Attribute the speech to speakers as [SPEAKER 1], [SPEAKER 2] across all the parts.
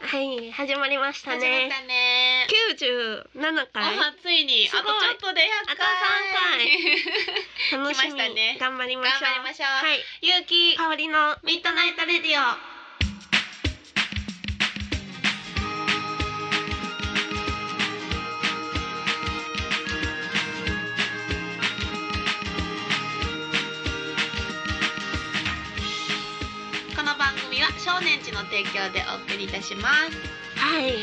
[SPEAKER 1] はい、始まりました
[SPEAKER 2] 始ま
[SPEAKER 1] ね。
[SPEAKER 2] ったね
[SPEAKER 1] 九十七回
[SPEAKER 2] あついに
[SPEAKER 1] す
[SPEAKER 2] あ
[SPEAKER 1] ごい
[SPEAKER 2] とちょっとで100
[SPEAKER 1] あと
[SPEAKER 2] 回
[SPEAKER 1] 楽しみ
[SPEAKER 2] 来ましたね
[SPEAKER 1] 頑張りましょ
[SPEAKER 2] 頑
[SPEAKER 1] う。
[SPEAKER 2] 張りましょう、
[SPEAKER 1] はい、
[SPEAKER 2] ゆうき
[SPEAKER 1] 香りの
[SPEAKER 2] ミッドナイトレディオこの番組は少年寺の提供でお送りいたします
[SPEAKER 1] はい。
[SPEAKER 2] はい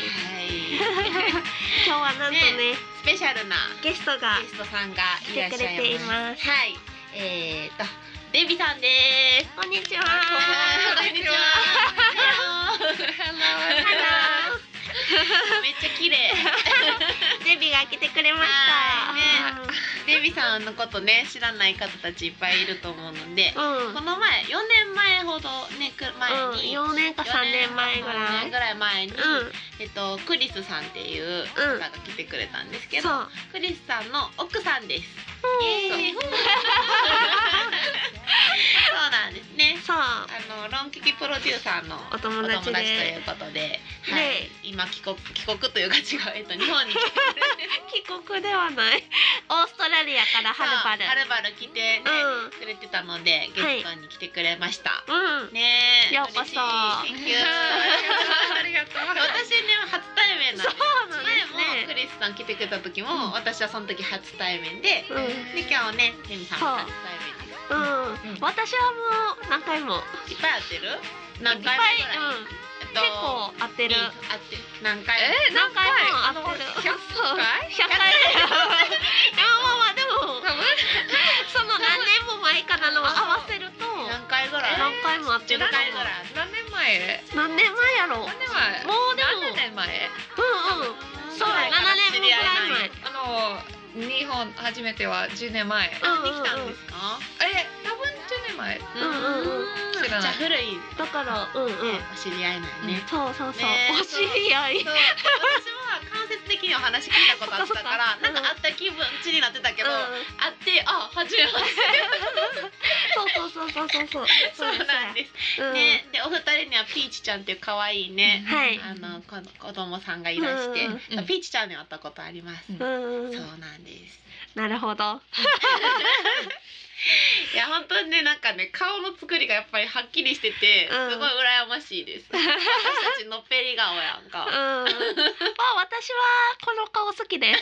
[SPEAKER 1] 今日はなんとね
[SPEAKER 2] スペシャルな
[SPEAKER 1] ゲストが
[SPEAKER 2] ゲストさんがいらっしゃい
[SPEAKER 1] 来てくれ
[SPEAKER 2] ます
[SPEAKER 1] ています
[SPEAKER 2] はいえー、とデビさんです
[SPEAKER 1] こんにちは。
[SPEAKER 2] こんにちは。Hello. めっちゃ綺麗。
[SPEAKER 1] デビが来てくれまし
[SPEAKER 2] はいねデビさんのことね知らない方たちいっぱいいると思うので、
[SPEAKER 1] た。うん。
[SPEAKER 2] この前4年前ほどねく
[SPEAKER 1] うん、
[SPEAKER 2] 前に。
[SPEAKER 1] 四年か三年前ぐ
[SPEAKER 2] 4
[SPEAKER 1] ら
[SPEAKER 2] 年
[SPEAKER 1] い。
[SPEAKER 2] ぐらい前に、
[SPEAKER 1] うん、
[SPEAKER 2] えっとクリスさんっていう方が来てくれたんですけど、
[SPEAKER 1] そう。
[SPEAKER 2] クリスさんの奥さんです。イエーイそうなんですね。
[SPEAKER 1] そう。
[SPEAKER 2] あのロンキキプロデューサーの
[SPEAKER 1] お友
[SPEAKER 2] お友
[SPEAKER 1] 達
[SPEAKER 2] 達とい
[SPEAKER 1] で
[SPEAKER 2] うことで、はい、今帰国帰国というか違う、えっと日本に来て
[SPEAKER 1] 帰国ではない。オーストラリアから はるばる。
[SPEAKER 2] はるばる来てね、
[SPEAKER 1] うん
[SPEAKER 2] くれてたのでゲストに来てくれました。
[SPEAKER 1] うん。
[SPEAKER 2] ねえ、
[SPEAKER 1] ようこそ
[SPEAKER 2] 嬉しい Thank you
[SPEAKER 3] ありがとう。
[SPEAKER 2] 私ね初対面なんです。
[SPEAKER 1] そうなん
[SPEAKER 2] 前も
[SPEAKER 1] で
[SPEAKER 2] クリスさん来てくれた時も、私はその時初対面で、
[SPEAKER 1] すね。うん。
[SPEAKER 2] で今日ねレミさんも初対面です。
[SPEAKER 1] うん、私はもう何回も
[SPEAKER 2] いっぱい合ってる？何
[SPEAKER 1] いっぱい、
[SPEAKER 2] 回目ぐらい？
[SPEAKER 1] うん、
[SPEAKER 2] えっと
[SPEAKER 1] 結構合ってる
[SPEAKER 2] いい合ってる何回目？
[SPEAKER 3] え
[SPEAKER 1] 何回も合ってる
[SPEAKER 3] 100回？
[SPEAKER 1] 100回でもまあまあでもその何年も前からのを合わせると
[SPEAKER 2] 何回ぐらい？
[SPEAKER 1] 何回も合ってるか
[SPEAKER 2] 何回ぐ
[SPEAKER 1] も
[SPEAKER 2] らい？
[SPEAKER 3] 何年
[SPEAKER 1] 何年
[SPEAKER 3] 前？
[SPEAKER 1] 前やろう
[SPEAKER 3] 何年前？
[SPEAKER 1] もうでも
[SPEAKER 3] 何年前？
[SPEAKER 1] うんうんそう
[SPEAKER 2] 七
[SPEAKER 1] 7年もぐらい前
[SPEAKER 3] あの日本初めては10年前。え、
[SPEAKER 2] あできたんですか？
[SPEAKER 3] 多分10年前。
[SPEAKER 1] うんうんうん
[SPEAKER 2] うんじゃあ古いね
[SPEAKER 1] だからうんうん
[SPEAKER 2] お知り合いなんね。
[SPEAKER 1] そうそうそう、
[SPEAKER 2] ねえ
[SPEAKER 1] お知り合い
[SPEAKER 2] そう私は間接的にお話聞いたことあったから、
[SPEAKER 1] そっかそ
[SPEAKER 2] な
[SPEAKER 1] っか
[SPEAKER 2] んかあった気分ちになってたけ
[SPEAKER 1] うん
[SPEAKER 2] ど、あってあ初めまして
[SPEAKER 1] そうそうそうそうそう
[SPEAKER 2] そうなんです。
[SPEAKER 1] すうん
[SPEAKER 2] ね、でお二人にはピーチちゃんっていう可愛いね、
[SPEAKER 1] はい
[SPEAKER 2] あのこ子供さんがいらして、
[SPEAKER 3] うん
[SPEAKER 2] ピーチちゃんに会ったことあります。
[SPEAKER 1] うんうん
[SPEAKER 2] そうなんです。
[SPEAKER 1] なるほど
[SPEAKER 2] いや本当にねなんかね顔の作りがやっぱりはっきりしてて、
[SPEAKER 1] うん
[SPEAKER 2] すごい羨ましいです私たちのっぺり顔やん
[SPEAKER 1] うん
[SPEAKER 2] か、
[SPEAKER 1] まあ私はこの顔好きです
[SPEAKER 2] あ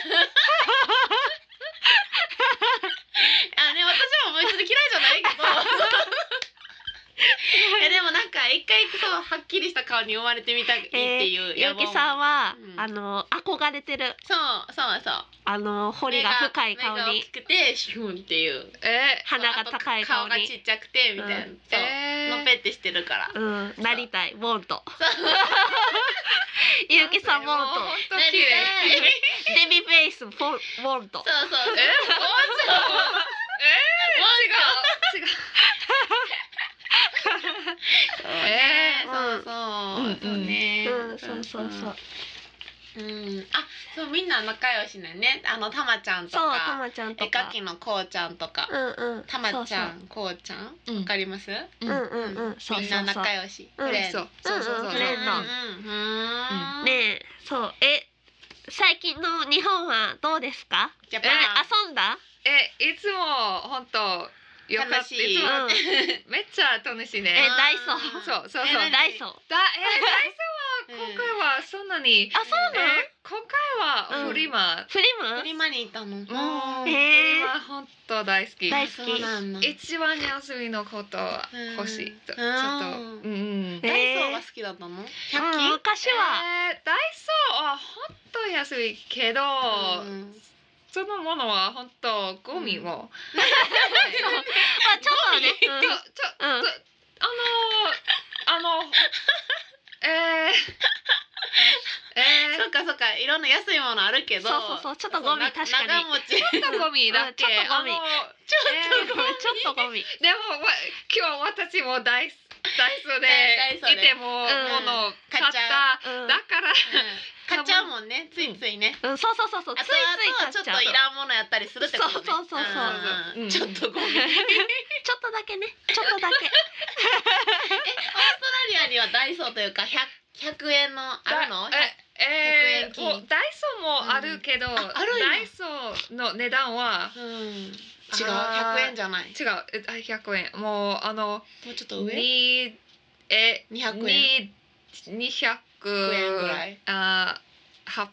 [SPEAKER 2] ね私も別に嫌いじゃな いけどいやでもなんか一回そうはっきりした顔に生まれてみたいっていう
[SPEAKER 1] ゆう
[SPEAKER 2] 野望
[SPEAKER 1] き
[SPEAKER 2] も
[SPEAKER 1] さんは、
[SPEAKER 2] うん
[SPEAKER 1] あの憧れてる
[SPEAKER 2] そうそうそう
[SPEAKER 1] あの彫りが深い顔
[SPEAKER 2] 目が大
[SPEAKER 1] に
[SPEAKER 2] きくてシュンっていう
[SPEAKER 3] え、
[SPEAKER 1] 鼻が高い
[SPEAKER 2] そう
[SPEAKER 1] 顔
[SPEAKER 2] あと顔が
[SPEAKER 1] に
[SPEAKER 2] ちっちゃくてみたいな、
[SPEAKER 1] う
[SPEAKER 2] そう、
[SPEAKER 3] え
[SPEAKER 2] のっぺってして るから
[SPEAKER 1] うんなりたいボン と
[SPEAKER 2] そう
[SPEAKER 1] ゆうきさんボン
[SPEAKER 3] 本
[SPEAKER 1] と
[SPEAKER 3] 当綺麗。
[SPEAKER 2] なりたい
[SPEAKER 1] デビフェイスボンボンと
[SPEAKER 2] そうそう
[SPEAKER 3] え、違う。違う。
[SPEAKER 1] え
[SPEAKER 2] えそうそう、そうね、
[SPEAKER 1] うんそうそうそう
[SPEAKER 2] うん、うん、あ、そうみんな仲良しだよね。あのたまちゃんと
[SPEAKER 1] そうた
[SPEAKER 2] か、
[SPEAKER 1] まちゃん
[SPEAKER 2] 絵
[SPEAKER 1] と
[SPEAKER 2] 描
[SPEAKER 1] か
[SPEAKER 2] きのこうちゃんとか、
[SPEAKER 1] うんうん
[SPEAKER 2] たまちゃ
[SPEAKER 1] そ
[SPEAKER 2] ん、こうちゃん、わ
[SPEAKER 3] うん
[SPEAKER 2] かります？
[SPEAKER 1] うそううんうんうんそう
[SPEAKER 2] みん
[SPEAKER 1] そ
[SPEAKER 2] な
[SPEAKER 1] うそう
[SPEAKER 2] 仲良し。
[SPEAKER 1] うん
[SPEAKER 2] フレン
[SPEAKER 3] そ
[SPEAKER 2] ド
[SPEAKER 3] うそうそうそう。
[SPEAKER 1] フレンド
[SPEAKER 2] うんうんうん。
[SPEAKER 1] ねえそうえ最近の日本はどうですか
[SPEAKER 2] ジャ
[SPEAKER 3] え
[SPEAKER 2] パン。
[SPEAKER 1] 遊んだ
[SPEAKER 3] え、いつも本当よかった。いつも
[SPEAKER 1] うん
[SPEAKER 3] めっちゃ楽しいね。
[SPEAKER 1] えダイソー
[SPEAKER 3] そうそうそう。
[SPEAKER 2] え
[SPEAKER 1] ダイソーあ
[SPEAKER 3] だえー、ダイソーは今回はそんなに、
[SPEAKER 1] そう
[SPEAKER 3] え
[SPEAKER 1] なん
[SPEAKER 3] ー今回はフリマ、
[SPEAKER 1] フリ
[SPEAKER 2] フ
[SPEAKER 1] ム
[SPEAKER 2] リマに行ったの。うん
[SPEAKER 3] もう、
[SPEAKER 1] えー
[SPEAKER 3] フリマ本当大好き。
[SPEAKER 1] 大好き
[SPEAKER 2] そうなんだ。
[SPEAKER 3] 一番休みのことは欲しいと、
[SPEAKER 2] うん
[SPEAKER 3] ちょっと、うんうん。
[SPEAKER 1] え
[SPEAKER 3] え
[SPEAKER 2] ダイソーが好きだったの？百
[SPEAKER 1] うん
[SPEAKER 2] 均？
[SPEAKER 1] 昔は
[SPEAKER 3] ーダイソーは本当休みけど、
[SPEAKER 2] うん
[SPEAKER 3] そのものは本当ゴミを、
[SPEAKER 1] まあちょっとねうん
[SPEAKER 3] ちょちょ
[SPEAKER 1] うん
[SPEAKER 3] あのーあの えー、えー
[SPEAKER 2] そっかそっかいろんな安いものあるけど
[SPEAKER 1] そうそうそうちょっとゴミ
[SPEAKER 2] な
[SPEAKER 1] 確かに
[SPEAKER 2] 長持 ち
[SPEAKER 3] ちょっとゴミだっけ、
[SPEAKER 1] うんちょっとゴミ
[SPEAKER 3] あの
[SPEAKER 1] ちょっとゴミ。
[SPEAKER 3] でもわ今日私もダイスダイソー
[SPEAKER 2] ダイ
[SPEAKER 3] で
[SPEAKER 2] ソー
[SPEAKER 3] い
[SPEAKER 2] で
[SPEAKER 3] て
[SPEAKER 1] う
[SPEAKER 3] も、
[SPEAKER 1] ん
[SPEAKER 3] ものを買
[SPEAKER 2] 買
[SPEAKER 3] っ
[SPEAKER 2] っちゃ
[SPEAKER 3] た
[SPEAKER 1] うん
[SPEAKER 3] だから、
[SPEAKER 2] 買っちゃうもんねついついね、
[SPEAKER 1] うん、そうそうそうそう、つ
[SPEAKER 2] あ
[SPEAKER 1] い
[SPEAKER 2] とあと
[SPEAKER 1] つい買っ
[SPEAKER 2] ち
[SPEAKER 1] ち
[SPEAKER 2] ょ
[SPEAKER 1] ゃ
[SPEAKER 2] っ
[SPEAKER 1] う。
[SPEAKER 2] といらんものやったりするってことね
[SPEAKER 1] そうそうそうそう
[SPEAKER 2] うん
[SPEAKER 3] うん
[SPEAKER 2] ちょっとゴミオースト
[SPEAKER 1] ちょっとだけね、ちょっとだけ。
[SPEAKER 2] ラリアにはダイソーというか百百円のあるの？
[SPEAKER 3] だええ
[SPEAKER 2] 100
[SPEAKER 3] ー、
[SPEAKER 2] 円
[SPEAKER 3] もうダイソーもあるけど、
[SPEAKER 2] んああるんや
[SPEAKER 3] ダイソーの値段は
[SPEAKER 2] うん。違う
[SPEAKER 3] あー
[SPEAKER 2] 百円じゃない。
[SPEAKER 3] 違うえあ100円もうあの
[SPEAKER 2] もうちょっと上？
[SPEAKER 3] にえ
[SPEAKER 2] 二
[SPEAKER 3] 200
[SPEAKER 2] 百円円ぐらい
[SPEAKER 3] あーは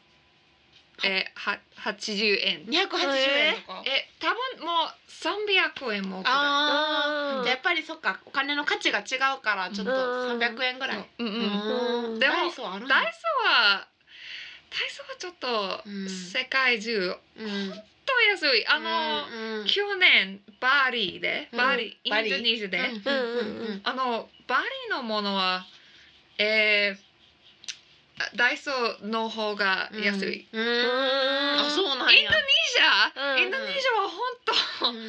[SPEAKER 3] えは80円
[SPEAKER 2] 二百八十円とか。
[SPEAKER 3] え多分もう300円もくら
[SPEAKER 2] ああ。
[SPEAKER 1] うん
[SPEAKER 2] じゃあやっぱりそっかお金の価値が違うからちょっと
[SPEAKER 1] う
[SPEAKER 2] 三
[SPEAKER 1] ん
[SPEAKER 2] 百円ぐらい
[SPEAKER 3] い。うんうん、
[SPEAKER 2] うん
[SPEAKER 3] でも
[SPEAKER 2] ダイソーあるんや
[SPEAKER 3] ダイソーはダイソーはちょっと
[SPEAKER 2] うん
[SPEAKER 3] 世界中と
[SPEAKER 2] うん
[SPEAKER 3] 安い、あの、
[SPEAKER 2] うんうん
[SPEAKER 3] 去年バリで
[SPEAKER 2] うん
[SPEAKER 3] バリ、
[SPEAKER 2] バ
[SPEAKER 3] イン
[SPEAKER 2] リ
[SPEAKER 3] ドネシアで、
[SPEAKER 2] うんうんうん
[SPEAKER 3] あのバリのものはえー、ダイソーの方が
[SPEAKER 2] うん
[SPEAKER 3] 安い、イン
[SPEAKER 2] うんあそうなんや
[SPEAKER 3] インドネシア、
[SPEAKER 1] うん
[SPEAKER 3] インドネシアは本
[SPEAKER 2] うん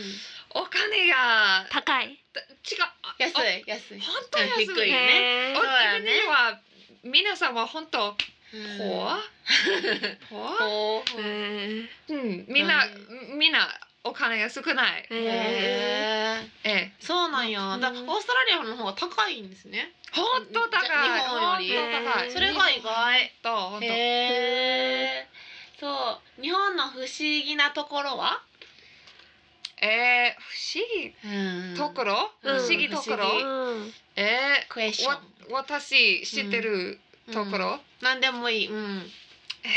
[SPEAKER 3] 当お金が
[SPEAKER 1] 高い。
[SPEAKER 3] だ違うあ
[SPEAKER 2] 安
[SPEAKER 3] あ
[SPEAKER 2] い安い
[SPEAKER 3] 本当安い
[SPEAKER 2] うん低いね
[SPEAKER 3] お
[SPEAKER 1] へ
[SPEAKER 3] イ
[SPEAKER 1] ー
[SPEAKER 2] そうやね
[SPEAKER 3] ンドネシアは皆さんは本当ポ ア
[SPEAKER 2] ほ
[SPEAKER 3] ポア
[SPEAKER 2] ほ
[SPEAKER 1] へ
[SPEAKER 3] うんみんな
[SPEAKER 2] う
[SPEAKER 3] みんなお金が少ない
[SPEAKER 1] ーへ
[SPEAKER 2] へー
[SPEAKER 3] ええ
[SPEAKER 2] そうなんやだオー
[SPEAKER 1] うん
[SPEAKER 2] ストラリアの方が高いんですね
[SPEAKER 3] 本当高い
[SPEAKER 2] じゃ日本より
[SPEAKER 3] 本当高
[SPEAKER 1] へ
[SPEAKER 3] い
[SPEAKER 1] ー
[SPEAKER 2] それが意外
[SPEAKER 3] と本当
[SPEAKER 2] へーそう日本の不思議なところは
[SPEAKER 3] えー、不思議とこ
[SPEAKER 2] ろ
[SPEAKER 3] ろ、
[SPEAKER 1] うん
[SPEAKER 3] 不思議ところ、
[SPEAKER 2] 不
[SPEAKER 1] ー
[SPEAKER 2] 思議
[SPEAKER 1] うん
[SPEAKER 3] え
[SPEAKER 2] クエスチ
[SPEAKER 3] ー、
[SPEAKER 2] ョ
[SPEAKER 3] わ私知ってる
[SPEAKER 2] ン
[SPEAKER 3] ところ、
[SPEAKER 2] うん何でもいいうん
[SPEAKER 3] え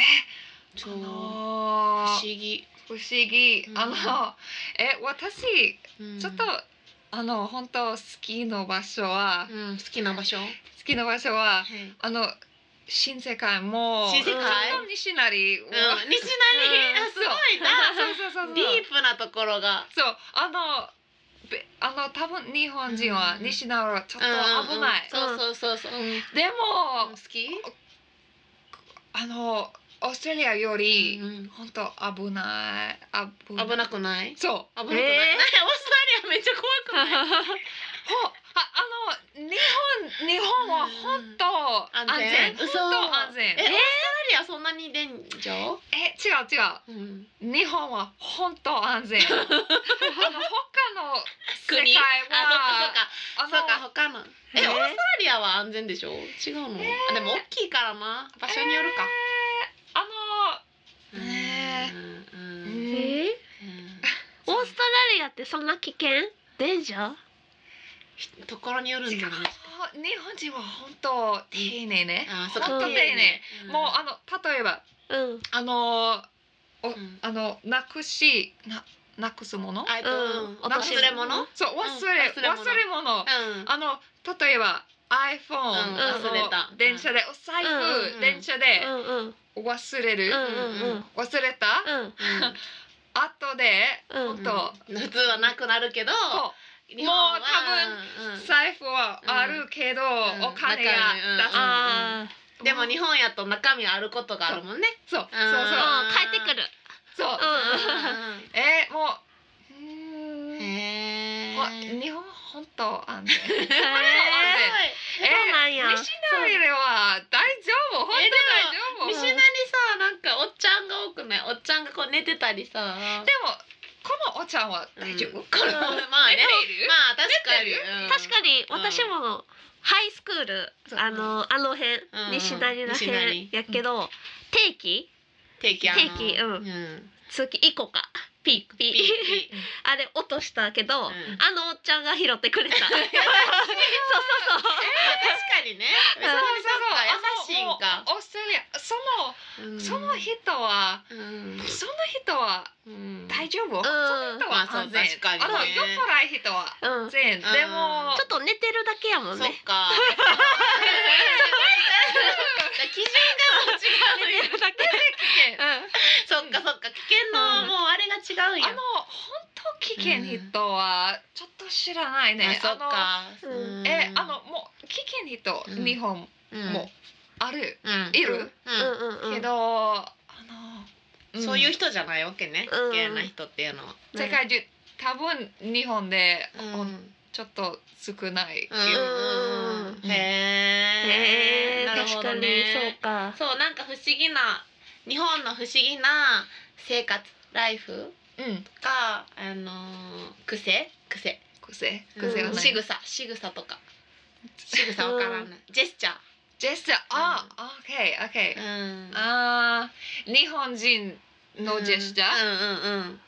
[SPEAKER 2] そ
[SPEAKER 3] ー、
[SPEAKER 2] う
[SPEAKER 3] あ
[SPEAKER 2] 不思
[SPEAKER 3] のー
[SPEAKER 2] 議
[SPEAKER 3] 不思議、
[SPEAKER 2] うん
[SPEAKER 3] あのえ私
[SPEAKER 2] うん
[SPEAKER 3] ちょっと、あの本当好きの場所は、
[SPEAKER 2] うん好きな場所はい
[SPEAKER 3] 好きの場所はあの新世界も
[SPEAKER 2] 新世界
[SPEAKER 3] ちょっと西成
[SPEAKER 2] う
[SPEAKER 3] を
[SPEAKER 2] ん西成あすごい
[SPEAKER 3] あ
[SPEAKER 2] な
[SPEAKER 3] そうそうそうそう
[SPEAKER 2] ディープなところが
[SPEAKER 3] そうあのべあの多分日本人は
[SPEAKER 2] うん
[SPEAKER 3] 西成はちょっと
[SPEAKER 2] うん
[SPEAKER 3] 危ない、
[SPEAKER 2] そうそうそうそううん
[SPEAKER 3] でも、
[SPEAKER 2] 好き
[SPEAKER 3] あのオーストラリアより、
[SPEAKER 2] うん
[SPEAKER 3] 本当危ない危ない
[SPEAKER 2] 危なくない
[SPEAKER 3] そう
[SPEAKER 2] 危な
[SPEAKER 1] えー
[SPEAKER 2] くない、 オーストラリアめっちゃ怖くない
[SPEAKER 3] ほああの日本日本は本当安全
[SPEAKER 2] 安全
[SPEAKER 3] 本当安全
[SPEAKER 2] えオ
[SPEAKER 3] え
[SPEAKER 2] ーストラリアそんなに連城
[SPEAKER 3] 違う違う
[SPEAKER 2] うん
[SPEAKER 3] 日本は本当 安全あの他の世界
[SPEAKER 2] 国あ
[SPEAKER 3] は
[SPEAKER 2] そ
[SPEAKER 3] あ
[SPEAKER 2] っかそっかそうか他
[SPEAKER 3] の
[SPEAKER 2] のえ、
[SPEAKER 1] え
[SPEAKER 2] オーストラリアは安全でしょ違うの、あでも大きいからな場所によるか、
[SPEAKER 3] あのえー
[SPEAKER 2] う
[SPEAKER 3] うん
[SPEAKER 2] うん
[SPEAKER 3] ん
[SPEAKER 1] えーオーストラリアってそんな危険？電車？
[SPEAKER 2] うんところによるん
[SPEAKER 3] 違う日
[SPEAKER 2] じゃない
[SPEAKER 3] 本人は本当丁寧ね
[SPEAKER 2] あーそ
[SPEAKER 3] 本
[SPEAKER 2] っか
[SPEAKER 3] 当丁寧もうあの例えば
[SPEAKER 1] うん。
[SPEAKER 3] あのお
[SPEAKER 2] ん
[SPEAKER 3] あのなくしななくすもの
[SPEAKER 2] あえっと、
[SPEAKER 1] うん
[SPEAKER 2] うん、忘れ
[SPEAKER 1] う
[SPEAKER 2] 物うんん
[SPEAKER 3] そう忘れ、
[SPEAKER 2] うん忘れ物
[SPEAKER 3] 忘れ物あの例えば iPhone、
[SPEAKER 2] うん
[SPEAKER 3] あの
[SPEAKER 2] 忘れた
[SPEAKER 3] 電車でお財布、
[SPEAKER 1] うん
[SPEAKER 2] うんうん
[SPEAKER 3] 電車で
[SPEAKER 1] うんうん
[SPEAKER 3] 忘れ
[SPEAKER 1] う
[SPEAKER 3] る、
[SPEAKER 1] んうん
[SPEAKER 3] 忘れた、
[SPEAKER 1] うん
[SPEAKER 3] 後で、
[SPEAKER 1] うん
[SPEAKER 3] 本
[SPEAKER 2] う
[SPEAKER 3] 当、
[SPEAKER 2] ん、普通はなくなるけど
[SPEAKER 3] こ
[SPEAKER 2] 日本は
[SPEAKER 3] もう
[SPEAKER 2] う
[SPEAKER 3] 多
[SPEAKER 2] ん
[SPEAKER 3] う
[SPEAKER 2] うん
[SPEAKER 3] 財布はあるけど、
[SPEAKER 2] ん
[SPEAKER 3] お
[SPEAKER 2] 中身う
[SPEAKER 3] 金が
[SPEAKER 2] ん
[SPEAKER 1] あ
[SPEAKER 3] 出す、
[SPEAKER 2] でも日本やと中身あることがあるもんね
[SPEAKER 3] そうそう
[SPEAKER 1] あ、うん
[SPEAKER 3] そう
[SPEAKER 1] 帰ってくる。
[SPEAKER 3] そう、
[SPEAKER 1] うん
[SPEAKER 3] えー、もううーん
[SPEAKER 2] へ
[SPEAKER 3] わ
[SPEAKER 2] ー
[SPEAKER 3] 日本本当安 全
[SPEAKER 1] へえ。そうなんや
[SPEAKER 3] え西成では大丈夫本当大
[SPEAKER 2] ミ
[SPEAKER 3] 丈夫
[SPEAKER 2] シナリさなんかおっちゃんが多くないおっちゃんがこう寝てたりさ
[SPEAKER 3] でもこのお茶は大丈夫、
[SPEAKER 2] うんこれまあね
[SPEAKER 3] 寝ている
[SPEAKER 2] まあ確かに
[SPEAKER 3] 寝て
[SPEAKER 2] うん
[SPEAKER 1] 確かに私もハイスクール、
[SPEAKER 3] そう
[SPEAKER 1] あのあの辺、
[SPEAKER 2] ん
[SPEAKER 1] 西成ら
[SPEAKER 2] 西成
[SPEAKER 1] 辺やけど、定期
[SPEAKER 2] 定期あの
[SPEAKER 1] 定期うん月1個かピーピー
[SPEAKER 2] ピーピ
[SPEAKER 1] あれ落としたけど、
[SPEAKER 2] ん
[SPEAKER 1] あのおっちゃんが拾ってくれたそうそうそう
[SPEAKER 2] 確かにねミシナリさんか優しいんか
[SPEAKER 3] あのもうオーストラリアその、
[SPEAKER 2] うん
[SPEAKER 3] その人は
[SPEAKER 2] うん
[SPEAKER 3] その人は
[SPEAKER 2] うん
[SPEAKER 3] 大丈夫、その人
[SPEAKER 2] ま
[SPEAKER 3] は
[SPEAKER 2] あそう
[SPEAKER 3] 安全、
[SPEAKER 2] 確かにね
[SPEAKER 3] あの酔っ払い人は
[SPEAKER 1] うん
[SPEAKER 3] 安全、でも
[SPEAKER 1] ちょっと寝てるだけやもん
[SPEAKER 2] そっ
[SPEAKER 1] ね
[SPEAKER 2] か基準がもう違うよ
[SPEAKER 1] 寝てるだけ
[SPEAKER 3] 危険
[SPEAKER 2] そっかそっか危険の
[SPEAKER 1] うん
[SPEAKER 2] もうあれが違うんや
[SPEAKER 3] あの本当危険人はちょっと知らないね、
[SPEAKER 2] あそっか
[SPEAKER 1] あの
[SPEAKER 2] うん
[SPEAKER 3] えあのもう危険人、
[SPEAKER 2] うん
[SPEAKER 3] 日本
[SPEAKER 2] うん
[SPEAKER 3] もある
[SPEAKER 2] うん
[SPEAKER 3] いる、
[SPEAKER 2] うん
[SPEAKER 1] うんうんうん
[SPEAKER 3] けどあの、
[SPEAKER 2] そういう
[SPEAKER 3] 人
[SPEAKER 2] 人じゃないわけね
[SPEAKER 1] うん
[SPEAKER 2] 危険な人っていうのは
[SPEAKER 3] 世界中多分日本で、おちょっと少ない、
[SPEAKER 2] うん
[SPEAKER 1] うん
[SPEAKER 2] へえ
[SPEAKER 1] へえ確かにそうか
[SPEAKER 2] そうなんか不思議な日本の不思議な生活ライフ
[SPEAKER 3] うん、
[SPEAKER 2] があのー癖癖
[SPEAKER 3] 癖
[SPEAKER 1] 癖
[SPEAKER 3] 癖
[SPEAKER 1] はな
[SPEAKER 3] が
[SPEAKER 1] い
[SPEAKER 3] ない
[SPEAKER 2] 仕草仕草とか仕草わからないジェスチャー
[SPEAKER 3] ジェスチャーあ、OK OK、
[SPEAKER 2] うん
[SPEAKER 3] あー日本人のジェスチャー、
[SPEAKER 2] うんうんうん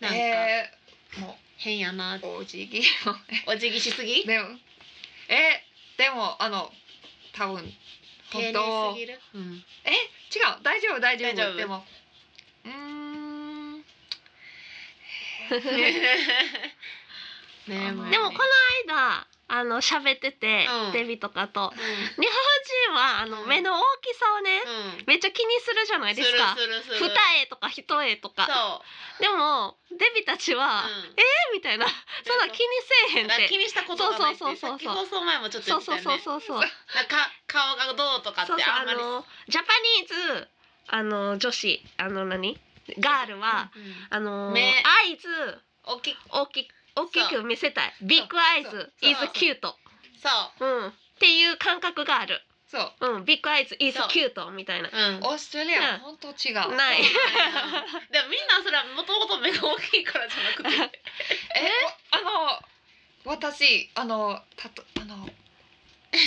[SPEAKER 2] なんか
[SPEAKER 3] えー、も
[SPEAKER 2] 変やな
[SPEAKER 3] うお辞儀
[SPEAKER 2] お辞儀しすぎ
[SPEAKER 3] でもえー、でもあの多分
[SPEAKER 2] 丁寧
[SPEAKER 3] 本当
[SPEAKER 2] すぎる、 うん、
[SPEAKER 3] え違う大丈夫大丈夫
[SPEAKER 2] 大丈夫
[SPEAKER 3] でもうーん
[SPEAKER 2] ねえも う
[SPEAKER 1] でもこの間あの喋ってて、
[SPEAKER 2] うん
[SPEAKER 1] デビとかと
[SPEAKER 2] うんう
[SPEAKER 1] 日本人はあの
[SPEAKER 2] うん
[SPEAKER 1] 目の大きさをね、
[SPEAKER 2] ん
[SPEAKER 1] めっちゃ気にするじゃないですか。
[SPEAKER 2] するするす
[SPEAKER 1] 二
[SPEAKER 2] る
[SPEAKER 1] 重とか一重とか
[SPEAKER 2] そう
[SPEAKER 1] でもデビたちは
[SPEAKER 2] う、
[SPEAKER 1] えーみたいなそんな気にせえへんっ
[SPEAKER 2] だから
[SPEAKER 1] て
[SPEAKER 2] 気にしたことがないって
[SPEAKER 1] そうそうそうそう
[SPEAKER 2] さっき放送前もちょっと言
[SPEAKER 1] そう
[SPEAKER 2] って
[SPEAKER 1] そ
[SPEAKER 2] た
[SPEAKER 1] う
[SPEAKER 2] よね
[SPEAKER 1] そうそうそう
[SPEAKER 2] なんか顔がどうとかって
[SPEAKER 1] そうそう
[SPEAKER 2] あんまり
[SPEAKER 1] のジャパニーズあの女子あの何ガールは、
[SPEAKER 2] うんうん
[SPEAKER 1] あの
[SPEAKER 2] 目
[SPEAKER 1] アイズ
[SPEAKER 2] 大きく
[SPEAKER 1] 大き大きく見せたいビッグアイ
[SPEAKER 3] そ
[SPEAKER 1] ズ
[SPEAKER 3] う
[SPEAKER 2] そう
[SPEAKER 1] イズキュート
[SPEAKER 2] そう
[SPEAKER 1] うんっていう感覚がある
[SPEAKER 3] そう
[SPEAKER 1] うんビッグアイズイズ
[SPEAKER 2] そう
[SPEAKER 1] キュートみたいな
[SPEAKER 2] うん
[SPEAKER 3] オーストラリア
[SPEAKER 1] う
[SPEAKER 3] は
[SPEAKER 1] ん
[SPEAKER 3] 本当違う、
[SPEAKER 1] ない
[SPEAKER 2] でもみんなそれはもともと目が大きいから じゃなくて
[SPEAKER 3] えあの私あのたとあの